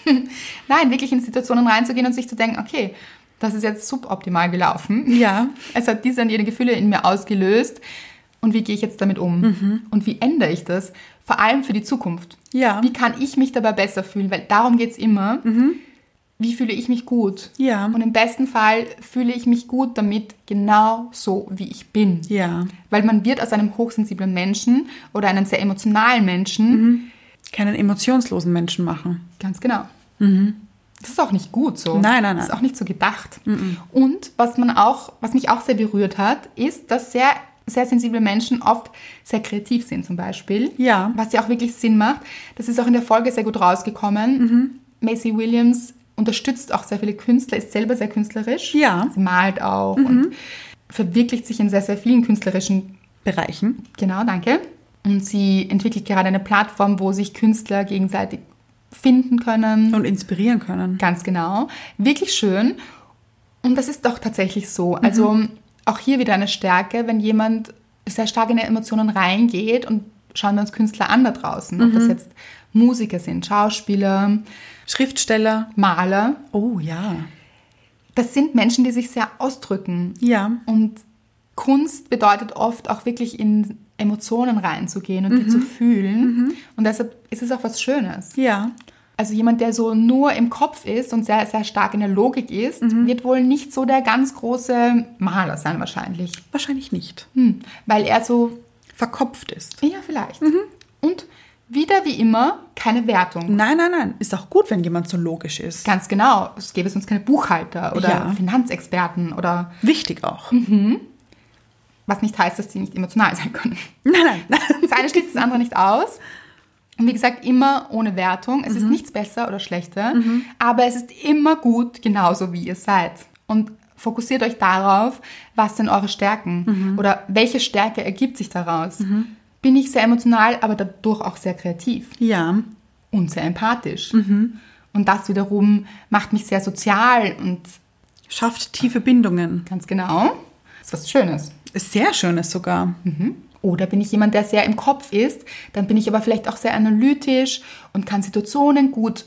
[SPEAKER 1] Nein, wirklich in Situationen reinzugehen und sich zu denken, okay, das ist jetzt suboptimal gelaufen.
[SPEAKER 2] Ja.
[SPEAKER 1] Es hat diese und jene Gefühle in mir ausgelöst. Und wie gehe ich jetzt damit um? Und wie ändere ich das? Vor allem für die Zukunft.
[SPEAKER 2] Mhm. Ja. Mhm.
[SPEAKER 1] Wie kann ich mich dabei besser fühlen? Weil darum geht es immer. Wie fühle ich mich gut?
[SPEAKER 2] Ja.
[SPEAKER 1] Und im besten Fall fühle ich mich gut damit, genau so, wie ich bin.
[SPEAKER 2] Ja.
[SPEAKER 1] Weil man wird aus einem hochsensiblen Menschen oder einem sehr emotionalen Menschen,
[SPEAKER 2] Mhm. Keinen emotionslosen Menschen machen.
[SPEAKER 1] ganz genau. Das ist auch nicht gut so.
[SPEAKER 2] Mhm. Nein, nein,
[SPEAKER 1] Das ist
[SPEAKER 2] nein. Mhm.
[SPEAKER 1] auch nicht so gedacht. Und was man auch, was mich auch sehr berührt hat, ist, dass sehr, sehr sensible Menschen oft sehr kreativ sind zum Beispiel.
[SPEAKER 2] Ja.
[SPEAKER 1] Was ja auch wirklich Sinn macht. Das ist auch in der Folge sehr gut rausgekommen.
[SPEAKER 2] Mhm.
[SPEAKER 1] Macy Williams unterstützt auch sehr viele Künstler, ist selber sehr künstlerisch.
[SPEAKER 2] Ja. Mhm.
[SPEAKER 1] Sie malt auch und verwirklicht sich in sehr, sehr vielen künstlerischen
[SPEAKER 2] Bereichen.
[SPEAKER 1] Genau, danke. Und sie entwickelt gerade eine Plattform, wo sich Künstler gegenseitig finden können.
[SPEAKER 2] Und inspirieren können.
[SPEAKER 1] Ganz genau. Wirklich schön. Und das ist doch tatsächlich so. Also auch hier wieder eine Stärke, wenn jemand sehr stark in die Emotionen reingeht und schauen wir uns Künstler an da draußen. Ob das jetzt Musiker sind, Schauspieler,
[SPEAKER 2] Schriftsteller.
[SPEAKER 1] Maler.
[SPEAKER 2] Oh ja.
[SPEAKER 1] Das sind Menschen, die sich sehr ausdrücken.
[SPEAKER 2] Ja.
[SPEAKER 1] Und Kunst bedeutet oft auch wirklich in Emotionen reinzugehen und die zu fühlen. Und deshalb ist es auch was Schönes.
[SPEAKER 2] Ja.
[SPEAKER 1] Also jemand, der so nur im Kopf ist und sehr, sehr stark in der Logik ist, wird wohl nicht so der ganz große Maler sein wahrscheinlich.
[SPEAKER 2] Wahrscheinlich nicht.
[SPEAKER 1] Hm. Weil er so,
[SPEAKER 2] Verkopft ist.
[SPEAKER 1] ja vielleicht. Und wieder wie immer keine Wertung.
[SPEAKER 2] Nein, nein, nein. Ist auch gut, wenn jemand so logisch ist.
[SPEAKER 1] Ganz genau. Es gäbe sonst keine Buchhalter oder
[SPEAKER 2] Ja.
[SPEAKER 1] Finanzexperten oder
[SPEAKER 2] Wichtig auch.
[SPEAKER 1] was nicht heißt, dass die nicht emotional sein können.
[SPEAKER 2] Nein, nein, nein.
[SPEAKER 1] Das eine schließt das andere nicht aus. Und wie gesagt, immer ohne Wertung. Es ist nichts besser oder schlechter, aber es ist immer gut, genauso wie ihr seid. Und fokussiert euch darauf, was sind eure Stärken oder welche Stärke ergibt sich daraus. Bin ich sehr emotional, aber dadurch auch sehr kreativ
[SPEAKER 2] Ja.
[SPEAKER 1] und sehr empathisch. Und das wiederum macht mich sehr sozial und
[SPEAKER 2] Schafft tiefe Bindungen.
[SPEAKER 1] ganz genau. Ist was Schönes.
[SPEAKER 2] Ist sehr schönes sogar.
[SPEAKER 1] Oder bin ich jemand, der sehr im Kopf ist, dann bin ich aber vielleicht auch sehr analytisch und kann Situationen gut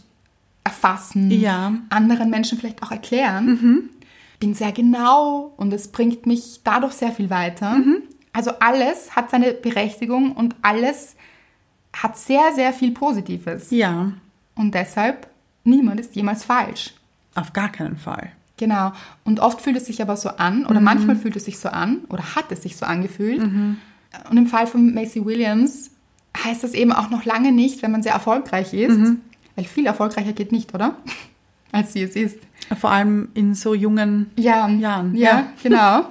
[SPEAKER 1] erfassen,
[SPEAKER 2] Ja. Mhm.
[SPEAKER 1] anderen Menschen vielleicht auch erklären. Bin sehr genau und es bringt mich dadurch sehr viel weiter.
[SPEAKER 2] Mhm.
[SPEAKER 1] Also alles hat seine Berechtigung und alles hat sehr, sehr viel Positives.
[SPEAKER 2] Ja.
[SPEAKER 1] Und deshalb, niemand ist jemals falsch.
[SPEAKER 2] Auf gar keinen Fall.
[SPEAKER 1] Genau. Und oft fühlt es sich aber so an, oder
[SPEAKER 2] Mhm.
[SPEAKER 1] manchmal fühlt es sich so an, oder hat es sich so angefühlt. Und im Fall von Macy Williams heißt das eben auch noch lange nicht, wenn man sehr erfolgreich ist,
[SPEAKER 2] Mhm.
[SPEAKER 1] weil viel erfolgreicher geht nicht, oder? Als sie es ist.
[SPEAKER 2] Vor allem in so jungen
[SPEAKER 1] Ja,
[SPEAKER 2] Jahren.
[SPEAKER 1] Ja, genau.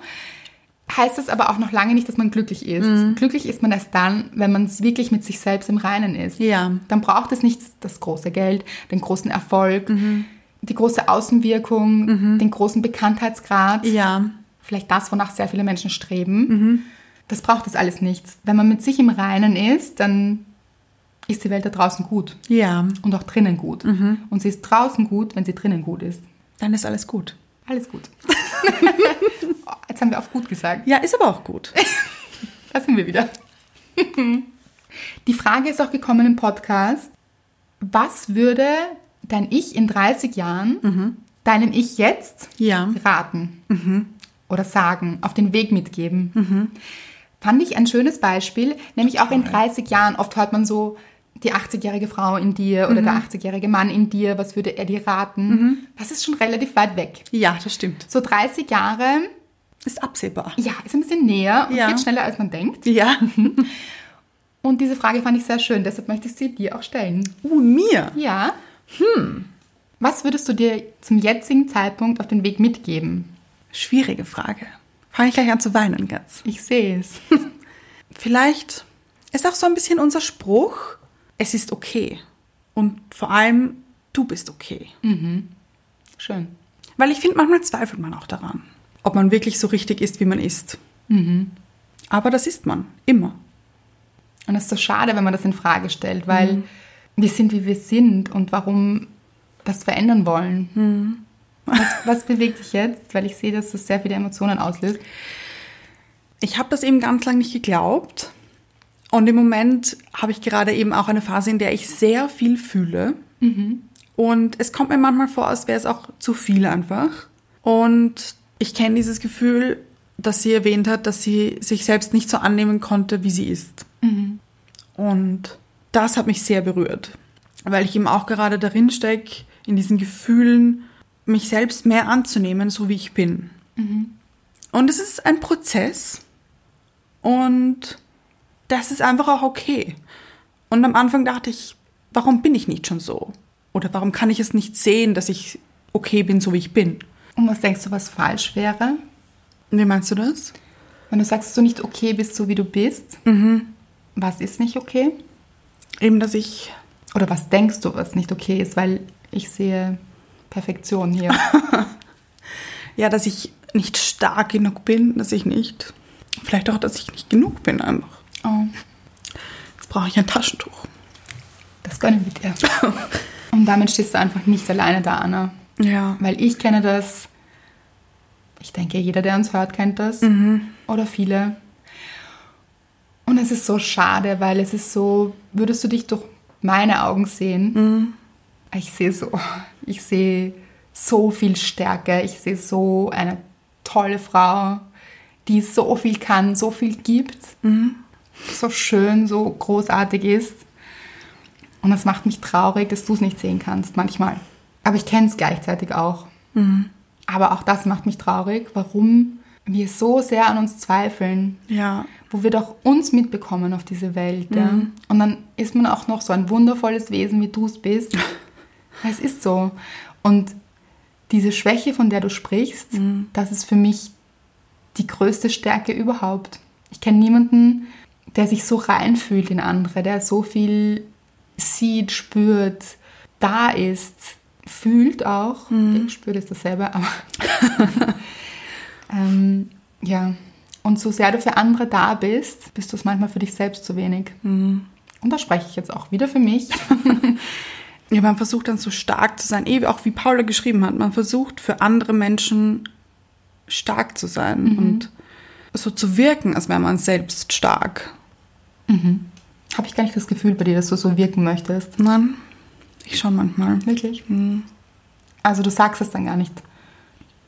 [SPEAKER 1] heißt das aber auch noch lange nicht, dass man glücklich ist.
[SPEAKER 2] Mhm.
[SPEAKER 1] Glücklich ist man erst dann, wenn man es wirklich mit sich selbst im Reinen ist.
[SPEAKER 2] Ja.
[SPEAKER 1] Dann braucht es nicht das große Geld, den großen Erfolg,
[SPEAKER 2] Mhm.
[SPEAKER 1] die große Außenwirkung, den großen Bekanntheitsgrad.
[SPEAKER 2] Ja.
[SPEAKER 1] Vielleicht das, wonach sehr viele Menschen streben. Das braucht es alles nicht. Wenn man mit sich im Reinen ist, dann ist die Welt da draußen gut
[SPEAKER 2] Ja.
[SPEAKER 1] und auch drinnen gut. Und sie ist draußen gut, wenn sie drinnen gut ist.
[SPEAKER 2] Dann ist alles gut.
[SPEAKER 1] Alles gut. Jetzt haben wir auf gut gesagt.
[SPEAKER 2] Ja, ist aber auch gut.
[SPEAKER 1] Da sind wir wieder. Die Frage ist auch gekommen im Podcast. Was würde dein Ich in 30 Jahren deinem Ich jetzt
[SPEAKER 2] Ja.
[SPEAKER 1] raten oder sagen, auf den Weg mitgeben? Fand ich ein schönes Beispiel, nämlich auch in 30 Jahren. Oft hört man so, die 80-jährige Frau in dir oder der 80-jährige Mann in dir, was würde er dir raten? Das ist schon relativ weit weg.
[SPEAKER 2] Ja, das stimmt.
[SPEAKER 1] So 30 Jahre,
[SPEAKER 2] Ist absehbar.
[SPEAKER 1] ja, ist ein bisschen näher und
[SPEAKER 2] Ja.
[SPEAKER 1] geht schneller, als man denkt.
[SPEAKER 2] Ja.
[SPEAKER 1] Und diese Frage fand ich sehr schön, deshalb möchte ich sie dir auch stellen.
[SPEAKER 2] Uh, mir.
[SPEAKER 1] Ja. Hm. Was würdest du dir zum jetzigen Zeitpunkt auf den Weg mitgeben?
[SPEAKER 2] Schwierige Frage. Fange ich gleich an zu weinen, ganz.
[SPEAKER 1] Ich sehe es.
[SPEAKER 2] Vielleicht ist auch so ein bisschen unser Spruch, es ist okay. Und vor allem, du bist okay.
[SPEAKER 1] Schön.
[SPEAKER 2] Weil ich finde, manchmal zweifelt man auch daran, ob man wirklich so richtig ist, wie man ist. Mhm. Aber das ist man. Immer.
[SPEAKER 1] Und es ist so schade, wenn man das in Frage stellt, weil wir sind, wie wir sind und warum das verändern wollen. Was, was bewegt dich jetzt? Weil ich sehe, dass das sehr viele Emotionen auslöst.
[SPEAKER 2] Ich habe das eben ganz lange nicht geglaubt. Und im Moment habe ich gerade eben auch eine Phase, in der ich sehr viel fühle. Und es kommt mir manchmal vor, als wäre es auch zu viel einfach. Und ich kenne dieses Gefühl, dass sie erwähnt hat, dass sie sich selbst nicht so annehmen konnte, wie sie ist. Und das hat mich sehr berührt, weil ich eben auch gerade darin stecke, in diesen Gefühlen, mich selbst mehr anzunehmen, so wie ich bin. Und es ist ein Prozess. Und das ist einfach auch okay. Und am Anfang dachte ich, warum bin ich nicht schon so? Oder warum kann ich es nicht sehen, dass ich okay bin, so wie ich bin?
[SPEAKER 1] Und was denkst du, was falsch wäre?
[SPEAKER 2] Wie meinst du das?
[SPEAKER 1] Wenn du sagst, dass du nicht okay bist, so wie du bist, was ist nicht okay?
[SPEAKER 2] Eben, dass ich.
[SPEAKER 1] Oder was denkst du, was nicht okay ist? Weil ich sehe Perfektion hier.
[SPEAKER 2] Ja, dass ich nicht stark genug bin, dass ich nicht. Vielleicht auch, dass ich nicht genug bin einfach.
[SPEAKER 1] Oh,
[SPEAKER 2] Jetzt brauche ich ein Taschentuch.
[SPEAKER 1] das gönnen wir dir. Und damit stehst du einfach nicht alleine da, Anna.
[SPEAKER 2] Ja.
[SPEAKER 1] Weil ich kenne das. Ich denke, jeder, der uns hört, kennt das. Oder viele. Und es ist so schade, weil es ist so, würdest du dich durch meine Augen sehen? Ich sehe so, ich sehe so viel Stärke. Ich sehe so eine tolle Frau, die so viel kann, so viel gibt, so schön, so großartig ist. Und das macht mich traurig, dass du es nicht sehen kannst manchmal. Aber ich kenne es gleichzeitig auch. Aber auch das macht mich traurig, warum wir so sehr an uns zweifeln,
[SPEAKER 2] Ja.
[SPEAKER 1] wo wir doch uns mitbekommen auf diese Welt. Ja? Und dann ist man auch noch so ein wundervolles Wesen, wie du es bist. es ist so. Und diese Schwäche, von der du sprichst, das ist für mich die größte Stärke überhaupt. Ich kenne niemanden, der sich so reinfühlt in andere, der so viel sieht, spürt, da ist, fühlt auch. Ich spüre das dasselbe, aber ähm, ja. Und so sehr du für andere da bist, bist du es manchmal für dich selbst zu wenig. Und da spreche ich jetzt auch wieder für mich.
[SPEAKER 2] Ja, man versucht dann so stark zu sein, eben auch wie Paula geschrieben hat, man versucht für andere Menschen stark zu sein und so zu wirken, als wäre man selbst stark.
[SPEAKER 1] Habe ich gar nicht das Gefühl bei dir, dass du so wirken möchtest.
[SPEAKER 2] Nein, ich schon manchmal.
[SPEAKER 1] Wirklich? Also du sagst es dann gar nicht.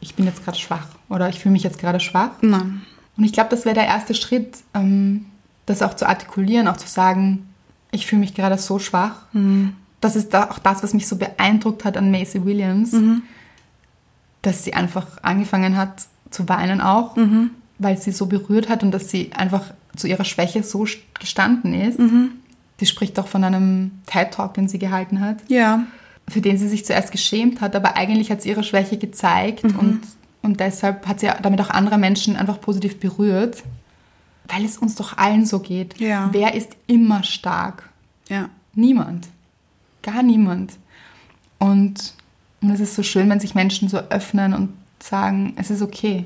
[SPEAKER 1] Ich bin jetzt gerade schwach oder ich fühle mich jetzt gerade schwach.
[SPEAKER 2] Nein.
[SPEAKER 1] Und ich glaube, das wäre der erste Schritt, ähm, das auch zu artikulieren, auch zu sagen, ich fühle mich gerade so schwach. Das ist da auch das, was mich so beeindruckt hat an Macy Williams, dass sie einfach angefangen hat zu weinen auch, weil sie so berührt hat und dass sie einfach zu ihrer Schwäche so st- gestanden ist. Sie spricht auch von einem TED-Talk, den sie gehalten hat
[SPEAKER 2] Ja,
[SPEAKER 1] für den sie sich zuerst geschämt hat, aber eigentlich hat sie ihre Schwäche gezeigt und, Und deshalb hat sie damit auch andere Menschen einfach positiv berührt, weil es uns doch allen so geht.
[SPEAKER 2] Ja.
[SPEAKER 1] Wer ist immer stark?
[SPEAKER 2] Ja.
[SPEAKER 1] Niemand. Gar niemand. Und, und es ist so schön, wenn sich Menschen so öffnen und sagen, es ist okay.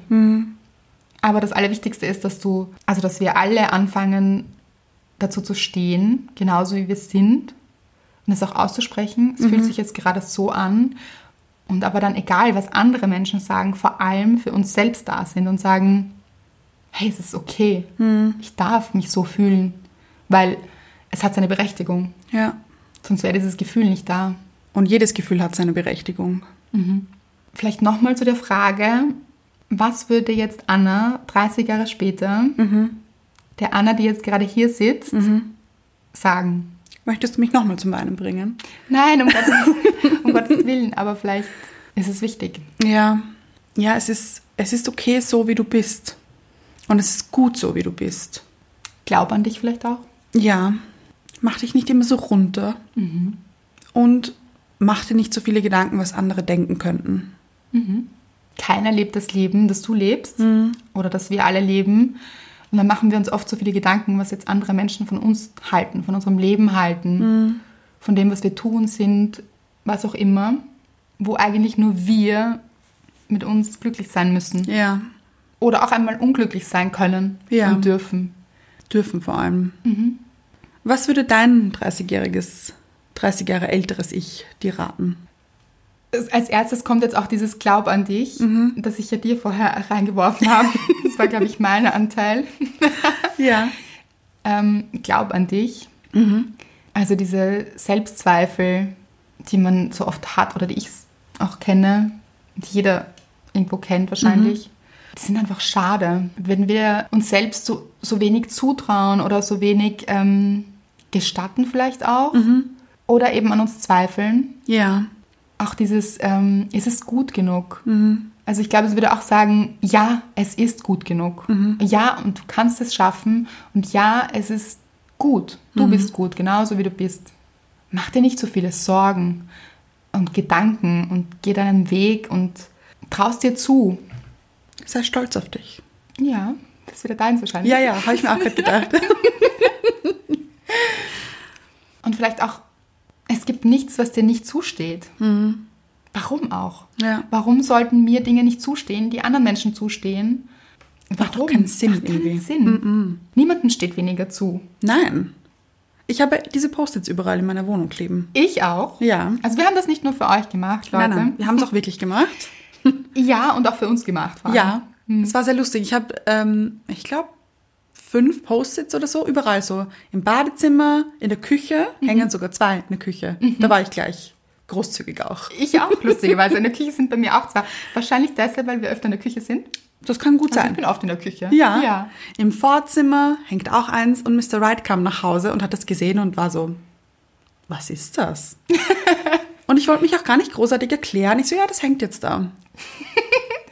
[SPEAKER 1] Aber das Allerwichtigste ist, dass du, also dass wir alle anfangen, dazu zu stehen, genauso wie wir sind, und es auch auszusprechen. Es fühlt sich jetzt gerade so an. Und aber dann egal, was andere Menschen sagen, vor allem für uns selbst da sind und sagen, hey, es ist okay. Ich darf mich so fühlen, weil es hat seine Berechtigung.
[SPEAKER 2] Ja.
[SPEAKER 1] Sonst wäre dieses Gefühl nicht da.
[SPEAKER 2] Und jedes Gefühl hat seine Berechtigung.
[SPEAKER 1] Vielleicht nochmal zu der Frage, was würde jetzt Anna 30 Jahre später, Mhm. der Anna, die jetzt gerade hier sitzt, sagen?
[SPEAKER 2] Möchtest du mich nochmal zum Weinen bringen?
[SPEAKER 1] Nein, um Gottes, um Gottes Willen, aber vielleicht ist es wichtig.
[SPEAKER 2] Ja. Ja, es ist, es ist okay so, wie du bist. Und es ist gut so, wie du bist.
[SPEAKER 1] Glaub an dich vielleicht auch.
[SPEAKER 2] Ja. Mach dich nicht immer so runter. Und mach dir nicht so viele Gedanken, was andere denken könnten.
[SPEAKER 1] Keiner lebt das Leben, das du lebst
[SPEAKER 2] Mhm.
[SPEAKER 1] oder das wir alle leben. Und dann machen wir uns oft so viele Gedanken, was jetzt andere Menschen von uns halten, von unserem Leben halten,
[SPEAKER 2] Mhm.
[SPEAKER 1] von dem, was wir tun, sind, was auch immer, wo eigentlich nur wir mit uns glücklich sein müssen.
[SPEAKER 2] Ja.
[SPEAKER 1] Oder auch einmal unglücklich sein können
[SPEAKER 2] Ja.
[SPEAKER 1] und dürfen.
[SPEAKER 2] Dürfen vor allem. Was würde dein 30-jähriges, 30 Jahre älteres Ich dir raten?
[SPEAKER 1] Es- Als erstes kommt jetzt auch dieses Glaub an dich,
[SPEAKER 2] Mhm.
[SPEAKER 1] das ich ja dir vorher reingeworfen habe. Das war, glaube ich, mein Anteil.
[SPEAKER 2] Ja.
[SPEAKER 1] Ähm, glaub an dich. Also diese Selbstzweifel, die man so oft hat oder die ich auch kenne, die jeder irgendwo kennt wahrscheinlich, die sind einfach schade. Wenn wir uns selbst so, so wenig zutrauen oder so wenig ähm, gestatten vielleicht auch oder eben an uns zweifeln,
[SPEAKER 2] Ja.
[SPEAKER 1] auch dieses, ähm, ist es gut genug? Also ich glaube, es würde auch sagen, ja, es ist gut genug. Ja, und du kannst es schaffen. Und ja, es ist gut. Du bist gut, genauso wie du bist. Mach dir nicht so viele Sorgen und Gedanken und geh deinen Weg und traust dir zu.
[SPEAKER 2] Sei stolz auf dich.
[SPEAKER 1] Ja, das ist wieder deins wahrscheinlich.
[SPEAKER 2] Ja, ja, habe ich mir auch gerade gedacht.
[SPEAKER 1] Und vielleicht auch, es gibt nichts, was dir nicht zusteht. Warum auch?
[SPEAKER 2] Mhm. Ja.
[SPEAKER 1] Warum sollten mir Dinge nicht zustehen, die anderen Menschen zustehen? Warum?
[SPEAKER 2] doch keinen Sinn
[SPEAKER 1] Macht keinen
[SPEAKER 2] irgendwie.
[SPEAKER 1] Sinn. Niemandem steht weniger zu.
[SPEAKER 2] Nein. Ich habe diese Post-its überall in meiner Wohnung kleben.
[SPEAKER 1] Ich auch.
[SPEAKER 2] Ja.
[SPEAKER 1] Also wir haben das nicht nur für euch gemacht, Leute.
[SPEAKER 2] Nein, nein, wir haben es auch wirklich gemacht.
[SPEAKER 1] Ja, und auch für uns gemacht. vor allem.
[SPEAKER 2] Ja,
[SPEAKER 1] Hm.
[SPEAKER 2] es war sehr lustig. Ich habe, ähm, ich glaube, fünf Post-its oder so, überall so. Im Badezimmer, in der Küche,
[SPEAKER 1] Mhm.
[SPEAKER 2] hängen sogar zwei in der Küche. Da war ich gleich großzügig auch.
[SPEAKER 1] Ich auch, lustigerweise. In der Küche sind bei mir auch zwei. Wahrscheinlich deshalb, weil wir öfter in der Küche sind.
[SPEAKER 2] Das kann gut
[SPEAKER 1] Also ich
[SPEAKER 2] sein.
[SPEAKER 1] bin oft in der Küche.
[SPEAKER 2] Ja.
[SPEAKER 1] ja.
[SPEAKER 2] Im Vorzimmer hängt auch eins und Mr. Wright kam nach Hause und hat das gesehen und war so, was ist das? und ich wollte mich auch gar nicht großartig erklären. Ich so, ja, das hängt jetzt da.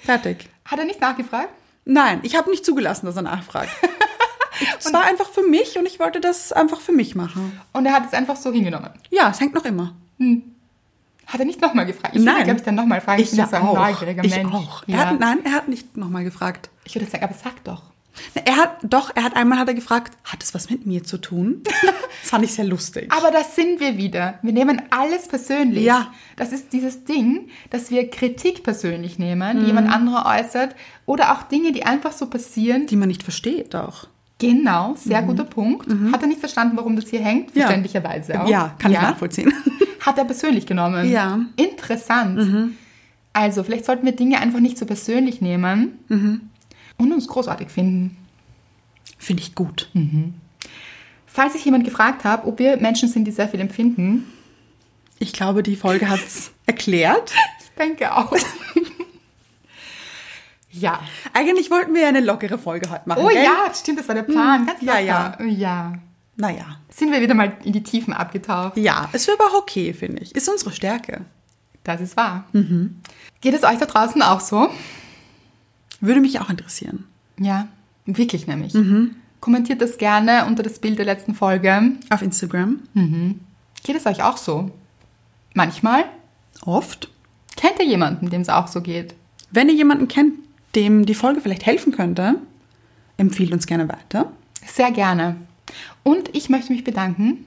[SPEAKER 2] Fertig.
[SPEAKER 1] Hat er nicht nachgefragt?
[SPEAKER 2] Nein, ich habe nicht zugelassen, dass er nachfragt. Ich- Es war einfach für mich und ich wollte das einfach für mich machen.
[SPEAKER 1] Und er hat es einfach so hingenommen.
[SPEAKER 2] Ja, es hängt noch immer.
[SPEAKER 1] Hat er nicht nochmal gefragt? Ich würde,
[SPEAKER 2] Nein.
[SPEAKER 1] glaube ich, dann nochmal fragen. bin so ein neugieriger
[SPEAKER 2] Ich
[SPEAKER 1] Mensch.
[SPEAKER 2] auch. Er
[SPEAKER 1] Ja.
[SPEAKER 2] hat, nein, er hat nicht nochmal gefragt.
[SPEAKER 1] Ich würde sagen, aber sag doch.
[SPEAKER 2] Er hat, doch, er hat einmal hat er gefragt, hat es was mit mir zu tun? Das fand ich sehr lustig.
[SPEAKER 1] Aber das sind wir wieder. Wir nehmen alles persönlich.
[SPEAKER 2] Ja.
[SPEAKER 1] Das ist dieses Ding, dass wir Kritik persönlich
[SPEAKER 2] Mhm.
[SPEAKER 1] nehmen, die jemand anderer äußert oder auch Dinge, die einfach so passieren.
[SPEAKER 2] die man nicht versteht auch.
[SPEAKER 1] Genau, sehr guter Punkt. Hat er nicht verstanden, warum das hier hängt?
[SPEAKER 2] Mhm. Ja.
[SPEAKER 1] Verständlicherweise auch.
[SPEAKER 2] Ja, kann ich nachvollziehen.
[SPEAKER 1] Hat er persönlich genommen.
[SPEAKER 2] Ja. Mhm.
[SPEAKER 1] Interessant. Also, vielleicht sollten wir Dinge einfach nicht so persönlich nehmen
[SPEAKER 2] Mhm.
[SPEAKER 1] und uns großartig finden.
[SPEAKER 2] Finde ich gut.
[SPEAKER 1] Hm. Falls sich jemand gefragt hat, ob wir Menschen sind, die sehr viel empfinden,
[SPEAKER 2] Ich glaube, die Folge hat's erklärt.
[SPEAKER 1] Ich denke auch. ja.
[SPEAKER 2] Eigentlich wollten wir ja eine lockere Folge heute machen.
[SPEAKER 1] Oh
[SPEAKER 2] gell?
[SPEAKER 1] ja, stimmt, das war der Plan. Ganz
[SPEAKER 2] Ja,
[SPEAKER 1] locker.
[SPEAKER 2] ja.
[SPEAKER 1] Oh ja.
[SPEAKER 2] Naja.
[SPEAKER 1] Sind wir wieder mal in die Tiefen abgetaucht.
[SPEAKER 2] Ja, es wäre aber auch okay, finde ich. Ist unsere Stärke.
[SPEAKER 1] Das ist wahr. Mhm. Geht es euch da draußen auch so?
[SPEAKER 2] Würde mich auch interessieren.
[SPEAKER 1] Ja, wirklich nämlich. Kommentiert das gerne unter das Bild der letzten Folge.
[SPEAKER 2] Auf Instagram.
[SPEAKER 1] Geht es euch auch so? Manchmal
[SPEAKER 2] Oft.
[SPEAKER 1] kennt ihr jemanden, dem es auch so geht.
[SPEAKER 2] Wenn ihr jemanden kennt, dem die Folge vielleicht helfen könnte, empfiehlt uns gerne weiter.
[SPEAKER 1] Sehr gerne. Und ich möchte mich bedanken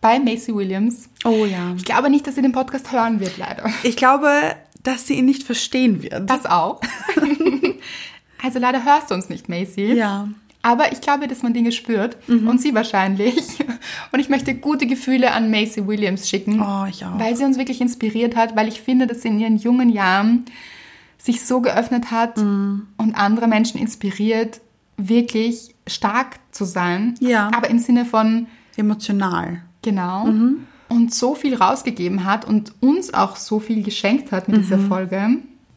[SPEAKER 1] bei Macy Williams.
[SPEAKER 2] Oh ja.
[SPEAKER 1] Ich glaube nicht, dass sie den Podcast hören wird, leider.
[SPEAKER 2] Ich glaube, dass sie ihn nicht verstehen wird.
[SPEAKER 1] Das auch. also leider hörst du uns nicht, Macy.
[SPEAKER 2] Ja. Mhm.
[SPEAKER 1] Aber ich glaube, dass man Dinge spürt und sie wahrscheinlich. Und ich möchte gute Gefühle an Macy Williams schicken.
[SPEAKER 2] Oh, ich auch.
[SPEAKER 1] Weil sie uns wirklich inspiriert hat, weil ich finde, dass sie in ihren jungen Jahren sich so geöffnet hat
[SPEAKER 2] Mhm.
[SPEAKER 1] und andere Menschen inspiriert, wirklich stark zu sein.
[SPEAKER 2] Ja.
[SPEAKER 1] Aber im Sinne von,
[SPEAKER 2] Emotional.
[SPEAKER 1] Genau.
[SPEAKER 2] Mhm.
[SPEAKER 1] Und so viel rausgegeben hat und uns auch so viel geschenkt hat mit
[SPEAKER 2] Mhm.
[SPEAKER 1] dieser Folge,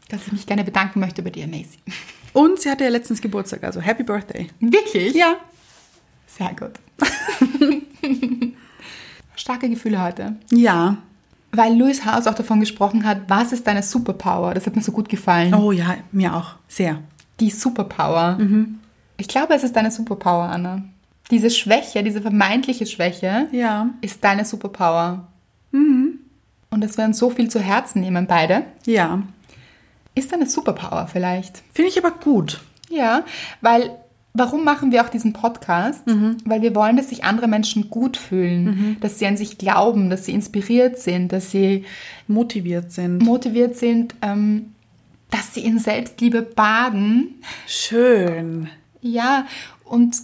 [SPEAKER 1] dass ich mich gerne bedanken möchte bei dir, Macy.
[SPEAKER 2] Und sie hatte ja letztens Geburtstag, also Happy Birthday.
[SPEAKER 1] Wirklich?
[SPEAKER 2] Ja.
[SPEAKER 1] Sehr gut. Starke Gefühle heute.
[SPEAKER 2] Ja.
[SPEAKER 1] Weil Louis House auch davon gesprochen hat, was ist deine Superpower? Das hat mir so gut gefallen.
[SPEAKER 2] Oh ja, mir auch. Sehr.
[SPEAKER 1] Die Superpower.
[SPEAKER 2] Mhm.
[SPEAKER 1] Ich glaube, es ist deine Superpower, Anna. Diese Schwäche, diese vermeintliche Schwäche,
[SPEAKER 2] Ja. Mhm.
[SPEAKER 1] ist deine Superpower. Und dass wir uns so viel zu Herzen nehmen, beide.
[SPEAKER 2] Ja.
[SPEAKER 1] Ist eine Superpower vielleicht.
[SPEAKER 2] Finde ich aber gut.
[SPEAKER 1] Ja, weil warum machen wir auch diesen Podcast? Weil wir wollen, dass sich andere Menschen gut fühlen, dass sie an sich glauben, dass sie inspiriert sind, dass sie
[SPEAKER 2] Motiviert sind.
[SPEAKER 1] motiviert sind, ähm, dass sie in Selbstliebe baden.
[SPEAKER 2] Schön.
[SPEAKER 1] Ja, und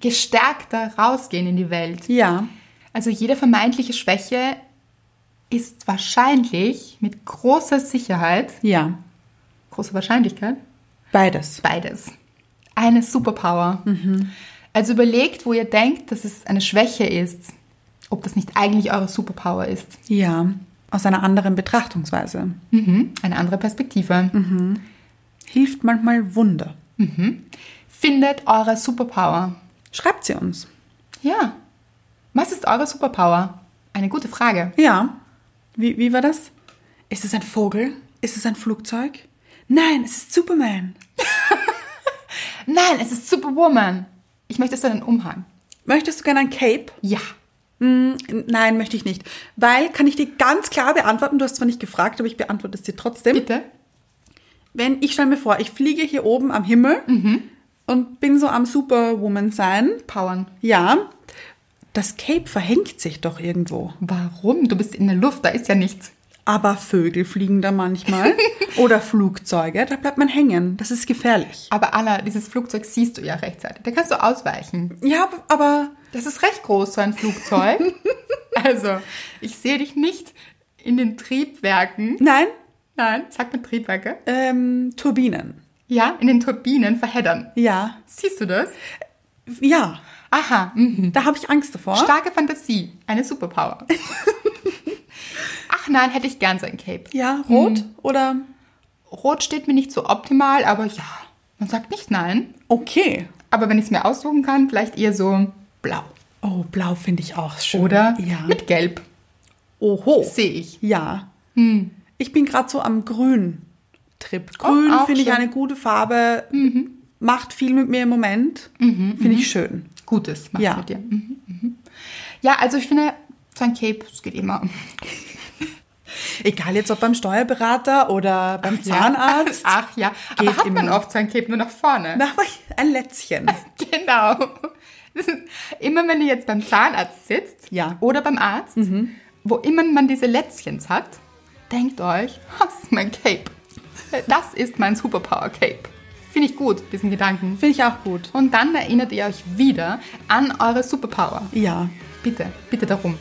[SPEAKER 1] gestärkter rausgehen in die Welt.
[SPEAKER 2] Ja.
[SPEAKER 1] Also jede vermeintliche Schwäche ist wahrscheinlich mit großer Sicherheit,
[SPEAKER 2] Ja.
[SPEAKER 1] großer Wahrscheinlichkeit,
[SPEAKER 2] Beides.
[SPEAKER 1] Beides. Eine Superpower. Also überlegt, wo ihr denkt, dass es eine Schwäche ist, ob das nicht eigentlich eure Superpower ist.
[SPEAKER 2] Ja. Aus einer anderen Betrachtungsweise.
[SPEAKER 1] Mhm. Eine andere Perspektive.
[SPEAKER 2] Hilft manchmal Wunder.
[SPEAKER 1] Findet eure Superpower.
[SPEAKER 2] Schreibt sie uns.
[SPEAKER 1] Ja. Was ist eure Superpower? Eine gute Frage.
[SPEAKER 2] Ja. Wie, wie war das? Ist es ein Vogel? Ist es ein Flugzeug? Nein, es ist Superman.
[SPEAKER 1] Nein, es ist Superwoman. Ich möchte so einen Umhang.
[SPEAKER 2] Möchtest du gerne ein Cape?
[SPEAKER 1] Ja.
[SPEAKER 2] Mm, Nein, möchte ich nicht. Weil, kann ich dir ganz klar beantworten, du hast zwar nicht gefragt, aber ich beantworte es dir trotzdem.
[SPEAKER 1] Bitte?
[SPEAKER 2] Wenn ich stelle mir vor, ich fliege hier oben am Himmel und bin so am Superwoman sein.
[SPEAKER 1] Powern.
[SPEAKER 2] Ja, das Cape verhängt sich doch irgendwo.
[SPEAKER 1] Warum? Du bist in der Luft, da ist ja nichts.
[SPEAKER 2] Aber Vögel fliegen da manchmal oder Flugzeuge, da bleibt man hängen. Das ist gefährlich.
[SPEAKER 1] Aber Anna, dieses Flugzeug siehst du ja rechtzeitig. Da kannst du ausweichen.
[SPEAKER 2] Ja, ab- aber
[SPEAKER 1] Das ist recht groß, so ein Flugzeug. also, ich sehe dich nicht in den Triebwerken.
[SPEAKER 2] nein,
[SPEAKER 1] Nein, sag mal Triebwerke.
[SPEAKER 2] ähm, Turbinen.
[SPEAKER 1] Ja, in den Turbinen verheddern.
[SPEAKER 2] Ja,
[SPEAKER 1] Siehst du das?
[SPEAKER 2] ja,
[SPEAKER 1] Aha, mhm.
[SPEAKER 2] da habe ich Angst davor.
[SPEAKER 1] starke Fantasie, eine Superpower. Ach nein, hätte ich gern so ein Cape.
[SPEAKER 2] Ja, rot oder
[SPEAKER 1] Rot steht mir nicht so optimal, aber ja, man sagt nicht nein.
[SPEAKER 2] okay.
[SPEAKER 1] Aber wenn ich es mir aussuchen kann, vielleicht eher so blau
[SPEAKER 2] Oh, blau finde ich auch schön.
[SPEAKER 1] oder
[SPEAKER 2] Ja.
[SPEAKER 1] mit gelb.
[SPEAKER 2] Oho.
[SPEAKER 1] Sehe ich.
[SPEAKER 2] Ja. Ich bin gerade so am Grün-Trip. Grün
[SPEAKER 1] auch
[SPEAKER 2] finde ich
[SPEAKER 1] schön.
[SPEAKER 2] eine gute Farbe. Macht viel mit mir im Moment. finde ich schön.
[SPEAKER 1] Gutes macht's
[SPEAKER 2] Ja.
[SPEAKER 1] mit dir. Mhm, mhm. Ja, also ich finde, so ein Cape, es geht immer. um
[SPEAKER 2] Egal jetzt ob beim Steuerberater oder beim Zahnarzt.
[SPEAKER 1] Ach ja, aber
[SPEAKER 2] Geht
[SPEAKER 1] hat man
[SPEAKER 2] immer.
[SPEAKER 1] oft so ein Cape nur nach vorne.
[SPEAKER 2] Na, aber ein Lätzchen.
[SPEAKER 1] Genau. Das ist, immer wenn du jetzt beim Zahnarzt sitzt
[SPEAKER 2] Ja. Mhm.
[SPEAKER 1] oder beim Arzt, wo immer man diese Lätzchens hat, denkt euch, das ist mein Cape. Das ist mein Superpower Cape. Finde ich gut, diesen Gedanken.
[SPEAKER 2] Finde ich auch gut.
[SPEAKER 1] Und dann erinnert ihr euch wieder an eure Superpower.
[SPEAKER 2] Ja.
[SPEAKER 1] Bitte, bitte darum.